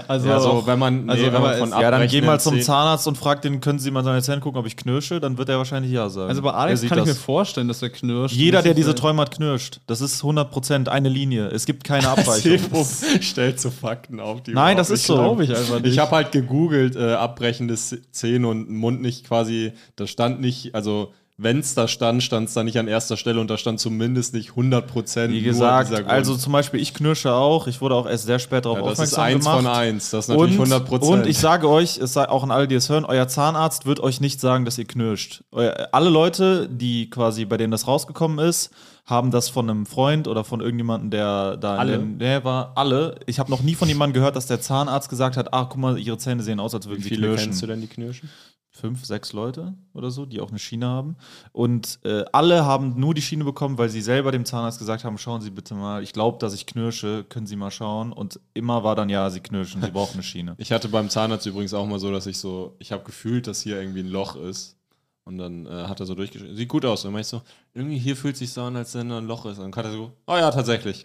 Also,
Ja, so, wenn man, nee,
also
wenn
aber
man von
es-
Ja, dann geh
abrechnen
mal zum
zählt-
Zahnarzt und frag den, können Sie mal seine Zähne gucken, ob ich knirsche? Dann wird er wahrscheinlich ja sagen.
also bei
Er
Alex
sieht
kann ich
das.
mir vorstellen, dass er knirscht.
Jeder,
Das
der
ist
diese
halt-
Träume hat, knirscht. Das ist 100% eine Linie. Es gibt keine Abweichung.
Sebo stellt so Fakten auf, die überhaupt
Nein, das ist
nicht
so.
stimmen.
Glaub ich einfach nicht.
Ich habe halt gegoogelt, äh, abbrechende Z- Zähne und Mund nicht quasi, da stand nicht, also wenn es da stand, stand es da nicht an erster Stelle und da stand zumindest nicht 100 Prozent.
Wie gesagt, also zum Beispiel, ich knirsche auch. Ich wurde auch erst sehr spät darauf
ja, das ist
aufmerksam
eins
gemacht.
von eins, das ist natürlich 100 Prozent.
und ich sage euch, es sei auch an alle, die es hören, euer Zahnarzt wird euch nicht sagen, dass ihr knirscht. Euer, alle Leute, die quasi, bei denen das rausgekommen ist, haben das von einem Freund oder von irgendjemandem, der da
Alle?
in der Nähe war. Alle. Ich habe noch nie von jemandem gehört, dass der Zahnarzt gesagt hat, ach guck mal, ihre Zähne sehen aus, als würden
wie
sie
viele
knirschen
kennst du denn, die knirschen?
fünf, sechs Leute oder so, die auch eine Schiene haben. Und äh, alle haben nur die Schiene bekommen, weil sie selber dem Zahnarzt gesagt haben, schauen Sie bitte mal, ich glaube, dass ich knirsche, können Sie mal schauen. Und immer war dann, ja, Sie knirschen, Sie brauchen eine Schiene.
Ich hatte beim Zahnarzt übrigens auch mal so, dass ich so, ich habe gefühlt, dass hier irgendwie ein Loch ist. Und dann äh, hat er so durchgeschrieben, sieht gut aus. Und dann meinte ich so, irgendwie hier fühlt sich so an, als wenn da ein Loch ist. Und dann hat er so, oh ja, tatsächlich.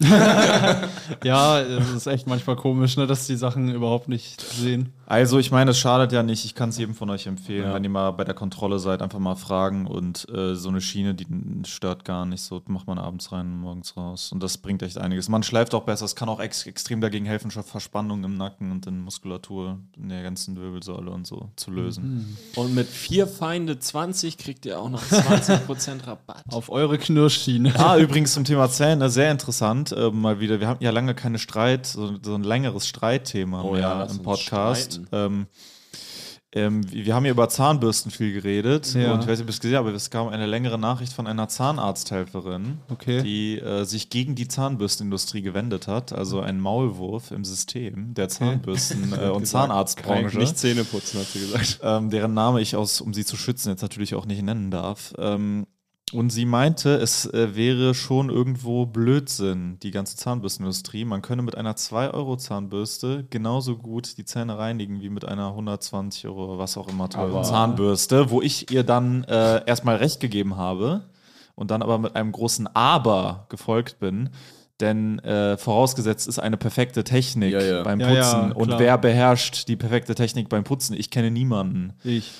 Ja, es ist echt manchmal komisch, ne, dass die Sachen überhaupt nicht sehen.
Also ich meine, es schadet ja nicht. Ich kann es jedem von euch empfehlen,
Ja.
wenn ihr mal bei der Kontrolle seid, einfach mal fragen. Und äh, so eine Schiene, die stört gar nicht. So macht man abends rein, morgens raus. Und das bringt echt einiges. Man schleift auch besser. Es kann auch ex extrem dagegen helfen, schon Verspannungen im Nacken und in Muskulatur, in der ganzen Wirbelsäule und so zu lösen.
Und mit vier Feinde 20 kriegt ihr auch noch 20% Rabatt.
Auf eure Knirschschiene.
Ah, übrigens zum Thema Zähne, sehr interessant. Äh, mal wieder, wir hatten ja lange keine Streit, so, so ein längeres Streitthema
Oh
mehr
ja, lass
im
uns
Podcast.
streiten.
Ähm, ähm, wir wir haben ja über Zahnbürsten viel geredet
Ja.
und ich weiß nicht, ob ihr es gesehen habt, aber es kam eine längere Nachricht von einer Zahnarzthelferin,
Okay.
die äh, sich gegen die Zahnbürstenindustrie gewendet hat, also ein Maulwurf im System der Zahnbürsten äh, und Zahnarztbranche
Nicht Zähne putzen, hat sie gesagt.
ähm, deren Name ich aus, um sie zu schützen, jetzt natürlich auch nicht nennen darf. Ähm, und sie meinte, es äh, wäre schon irgendwo Blödsinn, die ganze Zahnbürstenindustrie. Man könne mit einer 2-Euro-Zahnbürste genauso gut die Zähne reinigen wie mit einer 120 Euro, oder was auch immer teuren
Aber-
Zahnbürste, wo ich ihr dann äh, erstmal recht gegeben habe und dann aber mit einem großen Aber gefolgt bin. Denn äh, vorausgesetzt ist eine perfekte Technik
Ja, ja.
beim
Ja,
Putzen.
ja,
und
klar.
wer beherrscht die perfekte Technik beim Putzen? Ich kenne niemanden.
Ich.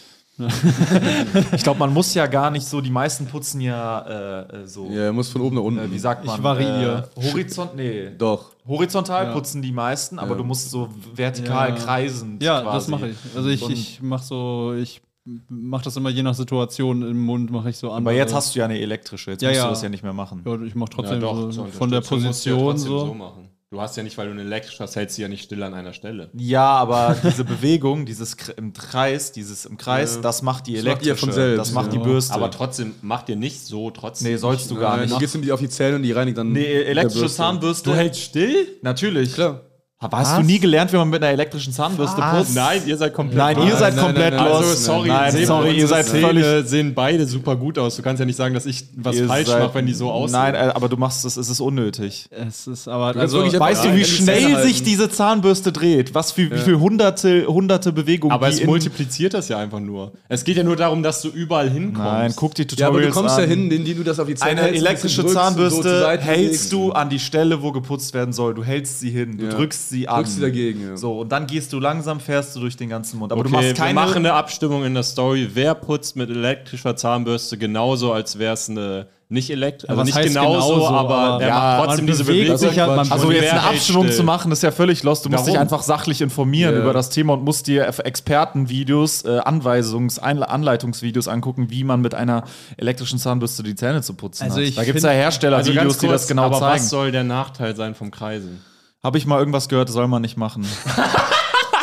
Ich glaube, man muss ja gar nicht so, die meisten putzen ja äh, äh, so,
Ja, er muss von oben nach unten.
äh, wie sagt man?
Ich variiere.
Äh, horizont, nee.
Doch.
Horizontal
Ja.
putzen die meisten, aber du musst so vertikal
Ja.
kreisend
Ja,
quasi.
das mache ich. Also ich,
Und-
ich mache so, ich mache das immer je nach Situation im Mund, mache ich so an.
Aber jetzt hast du ja eine elektrische, jetzt
Ja,
musst
ja.
du das ja nicht mehr machen.
Ja, ich mache trotzdem so
zur
von der
Unterstützung musst du ja
Position
trotzdem
so.
machen. Du hast ja nicht, weil du eine Elektrik hast, hältst du ja nicht still an einer Stelle.
Ja, aber diese Bewegung, dieses Kr- im Kreis, dieses im Kreis,
Ja.
das macht die
Das macht ihr
elektrische,
von selbst,
das macht
ja.
die Bürste.
Aber trotzdem, mach dir nicht so trotzdem. ne?
nee, sollst du gar
Nein,
nicht.
Du gehst ihm die auf die Zähne und die reinigt dann.
Nee,
mit der
elektrische
Bürste.
Zahnbürste. Du hältst still? Natürlich.
Klar.
Aber hast du nie gelernt, wie man mit einer elektrischen Zahnbürste putzt?
Nein, ihr seid komplett
Nein, ihr seid
nein,
komplett
nein, nein.
los.
Also, sorry,
nein,
Sebo,
sorry, ihr
unsere
seid
Zähne
völlig
sehen beide super gut aus. Du kannst ja nicht sagen, dass ich was
Ihr
falsch
seid-
mache, wenn die so aussehen.
Nein, äh, aber du machst es, es ist unnötig.
Es ist aber also,
kannst wirklich einfach
Also, Weißt du,
Nein,
wie
die Zähne
schnell sich
halten.
diese Zahnbürste dreht? Was für, wie viele hunderte, hunderte Bewegungen
Aber
die
es
in-
multipliziert das ja einfach nur. Es geht ja nur darum, dass du überall hinkommst.
Nein, guck die
Ja, aber
Tutorials
du kommst
an.
ja hin, indem du das auf die Zähne
Eine
hältst, ein
elektrische
bisschen drückst und so zur
Zahnbürste
Seite
hältst
bewegst.
du an die Stelle, wo geputzt werden soll. Du hältst sie hin, du
Ja.
drückst sie an.
Drückst sie dagegen, ja.
So, und dann gehst du langsam, fährst du durch den ganzen Mund. Aber
Okay,
du machst keine.
wir machen eine Abstimmung in der Story. Wer putzt mit elektrischer Zahnbürste genauso, als wäre es eine nicht elektrisch, also
was
nicht
heißt
genauso,
genauso,
aber,
aber-
er
Ja,
macht trotzdem
man
diese
bewegt
Bewegung.
sich halt, man-
also
Und
jetzt
wer
eine
hält
Abstimmung
still?
zu machen, ist ja völlig lost. Du musst dich
Warum?
einfach sachlich informieren
Ja.
über das Thema und musst dir F- Expertenvideos, äh, Anweisungs-, Einle- Anleitungsvideos angucken, wie man mit einer elektrischen Zahnbürste die Zähne zu putzen
Also
hat.
ich
Da gibt es ja
find-
Also
Herstellervideos,
ganz kurz,
die das genau
aber was
zeigen.
soll der Nachteil sein vom Kreisen?
Habe ich mal irgendwas gehört, soll man nicht machen.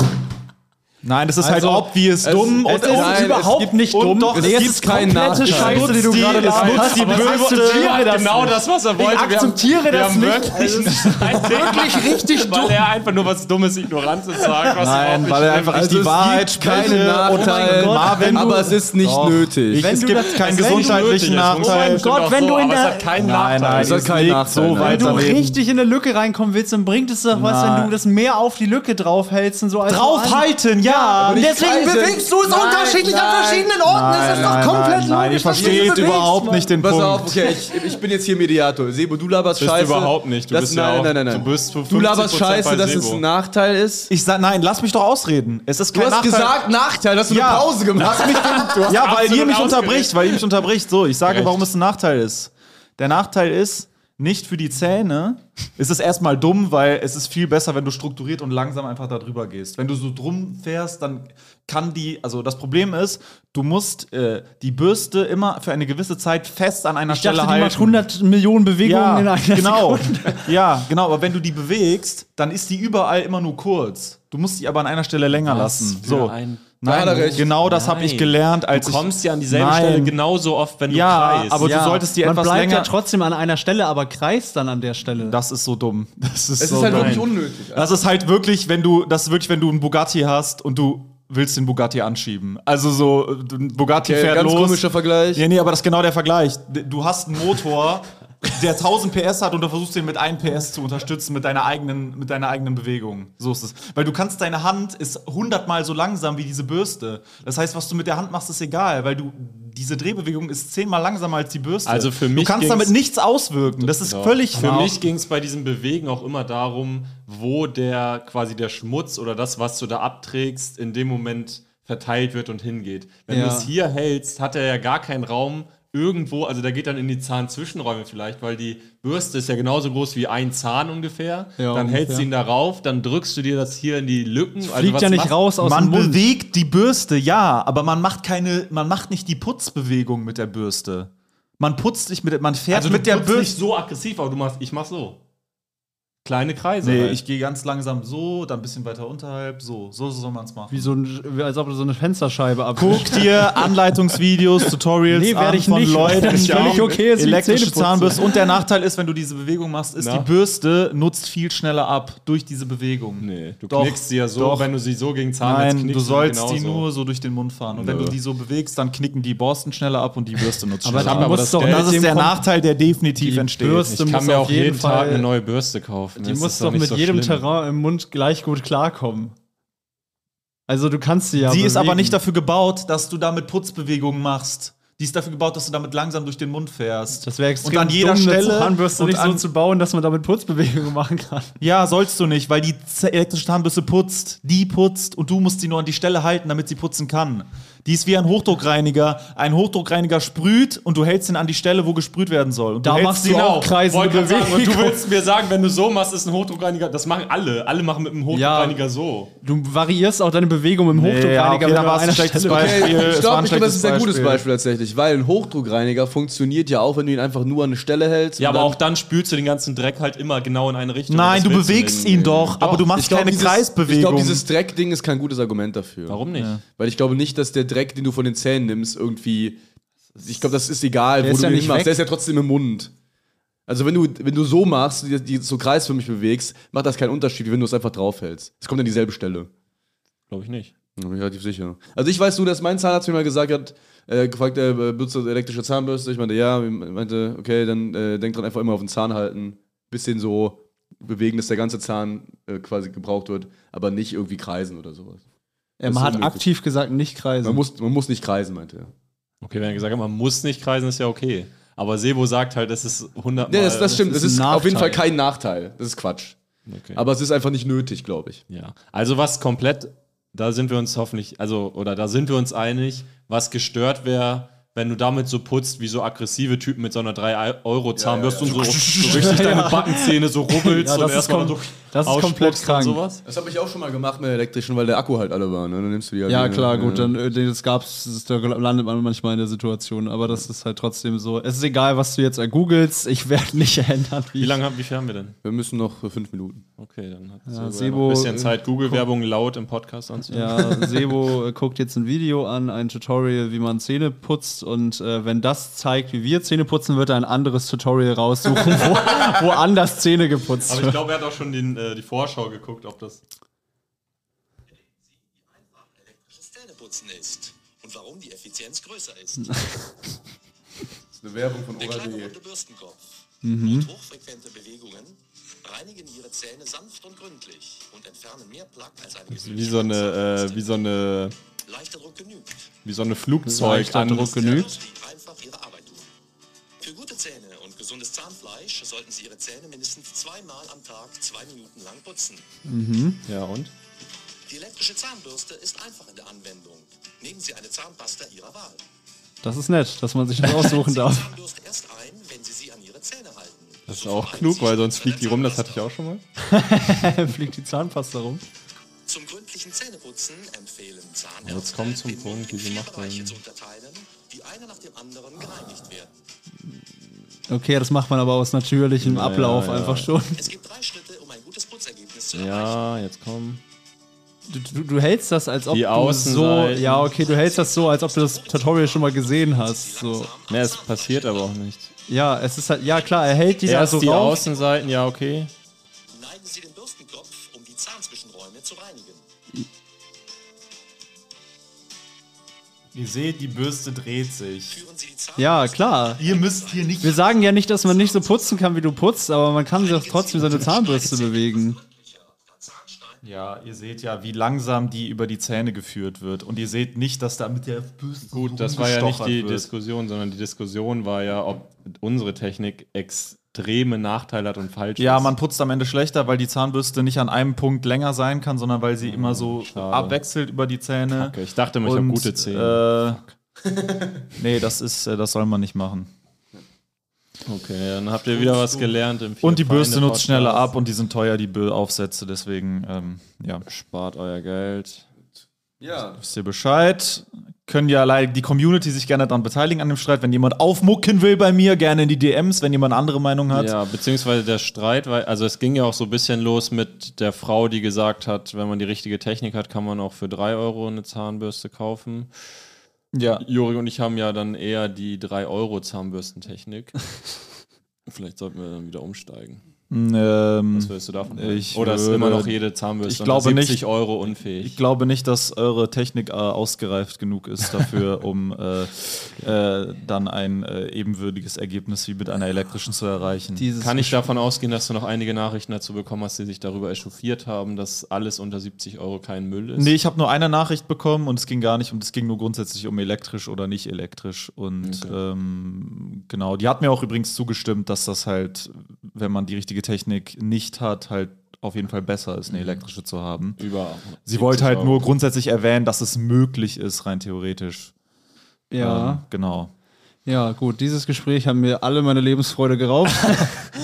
Nein, das ist
Also,
halt obvious
es- es
dumm und
ist-
und
nein, es
überhaupt
gibt nicht
und
dumm,
Doch,
es
es
gibt
gibt
keinen
komplette
Nachteil.
Scheiße, die du gerade
hast.
Die
Aber das
Bürste.
akzeptiere das nicht.
Genau das, was er
Ich
Wir haben-
akzeptiere
wir
das
haben
nicht. Also
wirklich nicht. Wirklich richtig dumm. Weil er einfach nur was Dummes, Ignorantes sagt. Was überhaupt
Nein,
nicht
weil er
stimmt.
einfach
Also
ist die
es
Wahrheit
gibt keine
spreche.
Nachteile,
Oh mein Gott, Oh. Marvin,
aber es ist nicht
Doch.
nötig.
Ich,
Wenn
es
du
gibt keinen
Das ist nicht
gesundheitlichen
nötig, Oh das
Nachteil.
muss man
Gott,
doch
wenn
so,
du in
aber es
der-
hat keinen
Nein,
Nachteil.
nein,
Es hat
es
keinen
liegt
Nachteil,
so
nein.
weit
Wenn du
daneben.
richtig in eine Lücke reinkommen willst, dann bringt es doch was,
Na.
wenn du das mehr auf die Lücke draufhältst und so. als so an-
Draufhalten, ja,
Ja, und deswegen
Kaiser-
bewegst du es
Nein,
unterschiedlich
nein,
an verschiedenen Orten. das ist doch komplett
nein,
logisch.
nein, ihr
dass du dich
versteht
bewegst,
überhaupt
Mann.
nicht den
Pass
Punkt.
auf, okay, ich, ich bin jetzt hier Mediator. Sebo, du laberst
Bist du
Scheiße.
überhaupt nicht. Du
das,
bist ja
nein,
auch-
nein, nein, nein.
du bist zu
du laberst
50%
Scheiße,
bei
dass es
Sebo.
ein Nachteil ist.
Ich sag, nein, lass mich doch ausreden. Es ist
Du
kein
hast
Nachteil.
gesagt Nachteil, hast du
Ja.
eine Pause gemacht.
ja, weil ihr
absolut
mich
ausgerechnet.
unterbricht, weil ihr mich unterbricht. So, ich sage, warum es ein Nachteil ist. Der Nachteil ist, nicht für die Zähne ist es erstmal dumm, weil es ist viel besser, wenn du strukturiert und langsam einfach da drüber gehst. Wenn du so drum fährst, dann kann die, also das Problem ist, du musst äh, die Bürste immer für eine gewisse Zeit fest an einer
Ich
Stelle
dachte, die
halten.
macht 100 Millionen Bewegungen
ja,
in einer
genau.
Sekunde.
Ja, genau, aber wenn du die bewegst, dann ist die überall immer nur kurz. Du musst die aber an einer Stelle länger lassen. So.
ein-
Da hat er
Nein,
recht.
genau das habe ich
Nein.
gelernt, als
Du
ich
kommst ja an dieselbe
Nein.
Stelle genau genauso oft, wenn du
ja,
kreist.
aber
Ja,
du solltest dir
man
etwas
bleibt
länger.
ja trotzdem an einer Stelle, aber kreist dann an der Stelle.
das ist so dumm. Das ist
Es
so
ist halt
dumm.
wirklich unnötig.
Das ist halt wirklich, wenn du das ist wirklich, wenn du einen Bugatti hast und du willst den Bugatti anschieben. Also so äh, ein Bugatti
Okay,
fährt
ganz
los.
komischer Vergleich.
Ja, nee, aber das ist genau der Vergleich. D- Du hast einen Motor, der 1000 PS hat und du versuchst den mit 1 PS zu unterstützen mit deiner eigenen mit deiner eigenen Bewegung. So ist es, weil du kannst deine Hand ist hundertmal so langsam wie diese Bürste. Das heißt, was du mit der Hand machst, ist egal, weil du diese Drehbewegung ist zehnmal langsamer als die Bürste.
Also für mich
du kannst
ging's-
damit nichts auswirken. Das ist
Ja.
völlig
Für mich ging es bei diesem Bewegen auch immer darum, wo der quasi der Schmutz oder das, was du da abträgst, in dem Moment verteilt wird und hingeht. Wenn du
Ja.
es hier hältst, hat er ja gar keinen Raum irgendwo, also der geht dann in die Zahnzwischenräume vielleicht, weil die Bürste ist ja genauso groß wie ein Zahn ungefähr.
Ja,
dann hältst
ungefähr.
du ihn darauf, dann drückst du dir das hier in die Lücken. also
Fliegt
was
ja nicht
machst-
raus aus
man
dem Mund.
bewegt die Bürste, ja, aber man macht keine, man macht nicht die Putzbewegung mit der Bürste. Man putzt nicht mit, man fährt
Also
mit der
Bürste nicht
Bürste.
so aggressiv, aber du machst, ich mach so. Kleine Kreise.
Nee,
halt.
ich gehe ganz langsam so, dann ein bisschen weiter unterhalb, so. So soll man es machen.
Wie so ein, als ob du so eine Fensterscheibe
Guck
abguckst.
dir Anleitungsvideos, Tutorials
Nee, werde
an
ich
von
nicht, weil
Leuten,
das
die
völlig
haben
okay ist, wie
elektrische
Zähneputzen.
Zahnbürste. Und der Nachteil ist, wenn du diese Bewegung machst, ist
Na?
die Bürste nutzt viel schneller ab durch diese Bewegung.
Nee, du
Doch,
knickst sie ja so,
doch.
wenn du sie so gegen Zahn jetzt
Nein,
knickst.
du sollst
genau
die
genauso.
nur so durch den Mund fahren. Und wenn
Nö.
du die so bewegst, dann knicken die Borsten schneller ab und die Bürste nutzt
Aber
schneller
dann
ab.
muss doch
Und
mit
das ist
dem
der
Kom-
Nachteil, der definitiv entsteht.
Bürste
Ich kann
muss
mir
auf
auch jeden Tag
Fall-
eine neue Bürste kaufen.
Die
Das
muss
ist
doch
nicht
mit
so
jedem
schlimm.
Terrain im Mund gleich gut klarkommen. Also du kannst sie ja
die ist
bewegen.
aber nicht dafür gebaut, dass du damit Putzbewegungen machst. Die ist dafür gebaut, dass du damit langsam durch den Mund fährst.
Das wäre
Und
extrem
an jeder
dumm, eine
Stelle
Zahnbürste
und
nicht so
an-
zu bauen, dass man damit Putzbewegungen machen kann.
Ja, sollst du nicht, weil die Z- elektrische Zahnbürste putzt. Die putzt und du musst sie nur an die Stelle halten, damit sie putzen kann. Die ist wie ein Hochdruckreiniger. Ein Hochdruckreiniger sprüht und du hältst ihn an die Stelle, wo gesprüht werden soll. Und
Da
hältst
machst
ihn
du auch
auch.
kreisende
Wollte gerade sagen, und du
Bewegungen.
willst mir sagen, wenn du so machst, ist ein Hochdruckreiniger. Das machen alle. Alle machen mit einem Hochdruckreiniger so.
Du variierst auch deine Bewegung mit dem
Nee, ja, okay,
Hochdruckreiniger.
da war's ein schlechtes Beispiel.
Also, Okay,
es
ich
war ein
glaube, ich glaub, das
schlechtes
ist ein gutes
Beispiel.
Beispiel tatsächlich, weil ein Hochdruckreiniger funktioniert ja auch, wenn du ihn einfach nur an eine Stelle hältst.
Ja,
und
aber
dann-
auch dann spülst du den ganzen Dreck halt immer genau in eine Richtung.
Nein,
Das
du
willst
bewegst
nicht.
ihn doch, aber du
Ich
machst
glaub,
keine
dieses-
Kreisbewegung.
Ich glaube, dieses Dreckding ist kein gutes Argument dafür.
Warum nicht?
Weil ich glaube nicht, dass der Dreck, den du von den Zähnen nimmst, irgendwie. Ich glaube, das ist egal, wo
ist
du
ja
den
nicht
hinmachst.
weg.
Der ist ja trotzdem im Mund. Also, wenn du, wenn du so machst, die, die so kreisförmig bewegst, macht das keinen Unterschied, wie wenn du es einfach draufhältst. Es kommt an dieselbe Stelle.
Glaube ich nicht.
Da bin ich relativ sicher. Also ich weiß nur, dass mein Zahnarzt mir mal gesagt hat, äh, gefragt, äh, benutzt du elektrische Zahnbürste? Ich meinte, ja. Er meinte, okay, dann äh, denk dran, einfach immer auf den Zahn halten. Bisschen so bewegen, dass der ganze Zahn äh, quasi gebraucht wird, aber nicht irgendwie kreisen oder sowas.
Man hat
unnötig.
aktiv gesagt, nicht kreisen.
Man muss, man muss nicht kreisen, meinte er.
Okay, wenn er gesagt hat, man muss nicht kreisen, ist ja okay. Aber Sebo sagt halt, das ist 100
Ja, das, das stimmt. Das
ein
ist, auf jeden Fall
Nachteil.
kein Nachteil. Das ist Quatsch.
Okay.
Aber es ist einfach nicht nötig, glaube ich.
Ja, also was komplett, da sind wir uns hoffentlich, also, oder da sind wir uns einig, was gestört wäre, wenn du damit so putzt, wie so aggressive Typen mit so einer 3-Euro-Zahnbürste und so, so richtig deine Backenzähne so rubbelst
Ja,
und
das ist
erstmal
kom-
so
das ist komplett
ausspuckst
krank.
und sowas.
Das habe ich auch schon mal gemacht mit der elektrischen, weil der Akku halt alle war. Ne? Dann nimmst du die halt
Ja,
wieder.
klar, gut, dann äh, das gab's, das, da landet man manchmal in der Situation, aber das ist halt trotzdem so. Es ist egal, was du jetzt googelst, ich werde nicht ändern, wie,
Wie lange haben, wie viel haben wir denn?
Wir müssen noch äh, fünf Minuten.
Okay, dann hat
Ja,
Sebo ja noch
Sebo,
ein bisschen
äh,
Zeit, Google-Werbung laut im Podcast anzuhören.
Ja, Sebo äh, guckt jetzt ein Video an, ein Tutorial, wie man Zähne putzt und äh, wenn das zeigt, wie wir Zähne putzen, wird er ein anderes Tutorial raussuchen, wo, wo anders Zähne geputzt
Aber ich
werden.
glaube, er hat auch schon den, äh, die Vorschau geguckt, ob das.
elektrisches Zähneputzen ist und warum die Effizienz größer ist.
Mhm.
Das ist eine Werbung von
Der kleine
Oral-B.
Mhm.
runde Bürstenkopf. Und hochfrequente Bewegungen reinigen ihre Zähne sanft und gründlich und entfernen mehr Plaque als eine
Wie so eine, äh, wie so eine,
Leichter Druck genügt.
wie so eine Flugzeug
Druck genügt.
Die einfach ihre Arbeit tun. Für gute Zähne und gesundes Zahnfleisch sollten Sie Ihre Zähne mindestens zweimal am Tag zwei Minuten lang putzen.
Mhm. Ja, und?
Die elektrische Zahnbürste ist einfach in der Anwendung. Nehmen Sie eine Zahnpasta Ihrer Wahl.
Das ist nett, dass man sich das aussuchen
Sie die
darf.
Zahnbürste erst ein, wenn Sie sie an Ihre Zähne halten.
Das ist auch klug, weil sonst fliegt die rum, das hatte ich auch schon mal.
Fliegt die Zahnpasta rum.
Zum gründlichen Zähneputzen empfehlen Zahnärzte,
jetzt komm zum
den
Punkt,
Mund in
wieso
vier
macht ähm,
Bereiche
man-
zu unterteilen, die einer nach dem anderen gereinigt werden.
Okay, das macht man aber aus natürlichem Ablauf einfach schon.
Es gibt drei Schritte, um ein gutes Putzergebnis zu erreichen.
Ja, jetzt komm.
Du, du, du hältst das, als ob
Die
du so.
Außenseiten.
Ja, okay, du hältst das so, als ob du das Tutorial schon mal gesehen hast. So.
Ne, es passiert aber auch nichts.
Ja, es ist halt. Ja, klar, er hält die da
Erst
so
die
raus.
Außenseiten, ja, okay.
Neigen Sie den Bürstenkopf, um die Zahnzwischenräume zu reinigen.
Ihr seht, die Bürste dreht sich.
Führen Sie die Zahnbürste
Ja, klar.
Ihr müsst hier nicht.
Wir sagen ja nicht, dass man nicht so putzen kann, wie du putzt, aber man kann sich trotzdem seine Zahnbürste bewegen.
Ja, ihr seht ja, wie langsam die über die Zähne geführt wird. Und ihr seht nicht, dass da mit der Bürste.
Gut, das war ja nicht die
rumgestochert wird.
Diskussion, sondern die Diskussion war ja, ob unsere Technik extreme Nachteile hat und falsch
Ja,
ist.
man putzt am Ende schlechter, weil die Zahnbürste nicht an einem Punkt länger sein kann, sondern weil
Hm,
sie immer so abwechselt über die Zähne.
Kacke, ich dachte immer, ich hab
Und,
gute Zähne.
Äh, nee, das ist, äh, das soll man nicht machen.
Okay, dann habt ihr wieder was gelernt im
äh, Und die Bürste
Vier-Feinde-Podcast.
nutzt schneller ab und die sind teuer, die Bö- Aufsätze, deswegen, ähm, ja.
Spart euer Geld.
Ja,
Wisst ihr Bescheid? Können ja leider die Community sich gerne daran beteiligen an dem Streit. Wenn jemand aufmucken will bei mir, gerne in die DMs, wenn jemand andere Meinung hat.
Ja, beziehungsweise der Streit, weil, also es ging ja auch so ein bisschen los mit der Frau, die gesagt hat, wenn man die richtige Technik hat, kann man auch für 3 Euro eine Zahnbürste kaufen.
Ja.
Juri und ich haben ja dann eher die 3 Euro Zahnbürstentechnik. Vielleicht sollten wir dann wieder umsteigen.
Ähm,
Was willst du davon?
Ich
Oder ist
würde-
immer noch jede Zahnbürste
Ich glaube
unter
nicht.
70 Euro unfähig?
Ich glaube nicht, dass eure Technik äh, ausgereift genug ist dafür, um äh, äh, dann ein äh, ebenwürdiges Ergebnis wie mit einer elektrischen zu erreichen.
Kann ich davon ausgehen, dass du noch einige Nachrichten dazu bekommen hast, die sich darüber echauffiert haben, dass alles unter 70 Euro kein Müll ist?
nee, ich habe nur eine Nachricht bekommen und es ging gar nicht um, es ging nur grundsätzlich um elektrisch oder nicht elektrisch. Und ähm, genau, die hat mir auch übrigens zugestimmt, dass das halt, wenn man die richtige Technik nicht hat, halt auf jeden Fall besser ist, eine elektrische zu haben.
Über
Sie wollte halt
Euro.
nur grundsätzlich erwähnen, dass es möglich ist, rein theoretisch. Ähm,
Ja,
genau.
ja, gut. Dieses Gespräch haben mir alle meine Lebensfreude geraubt.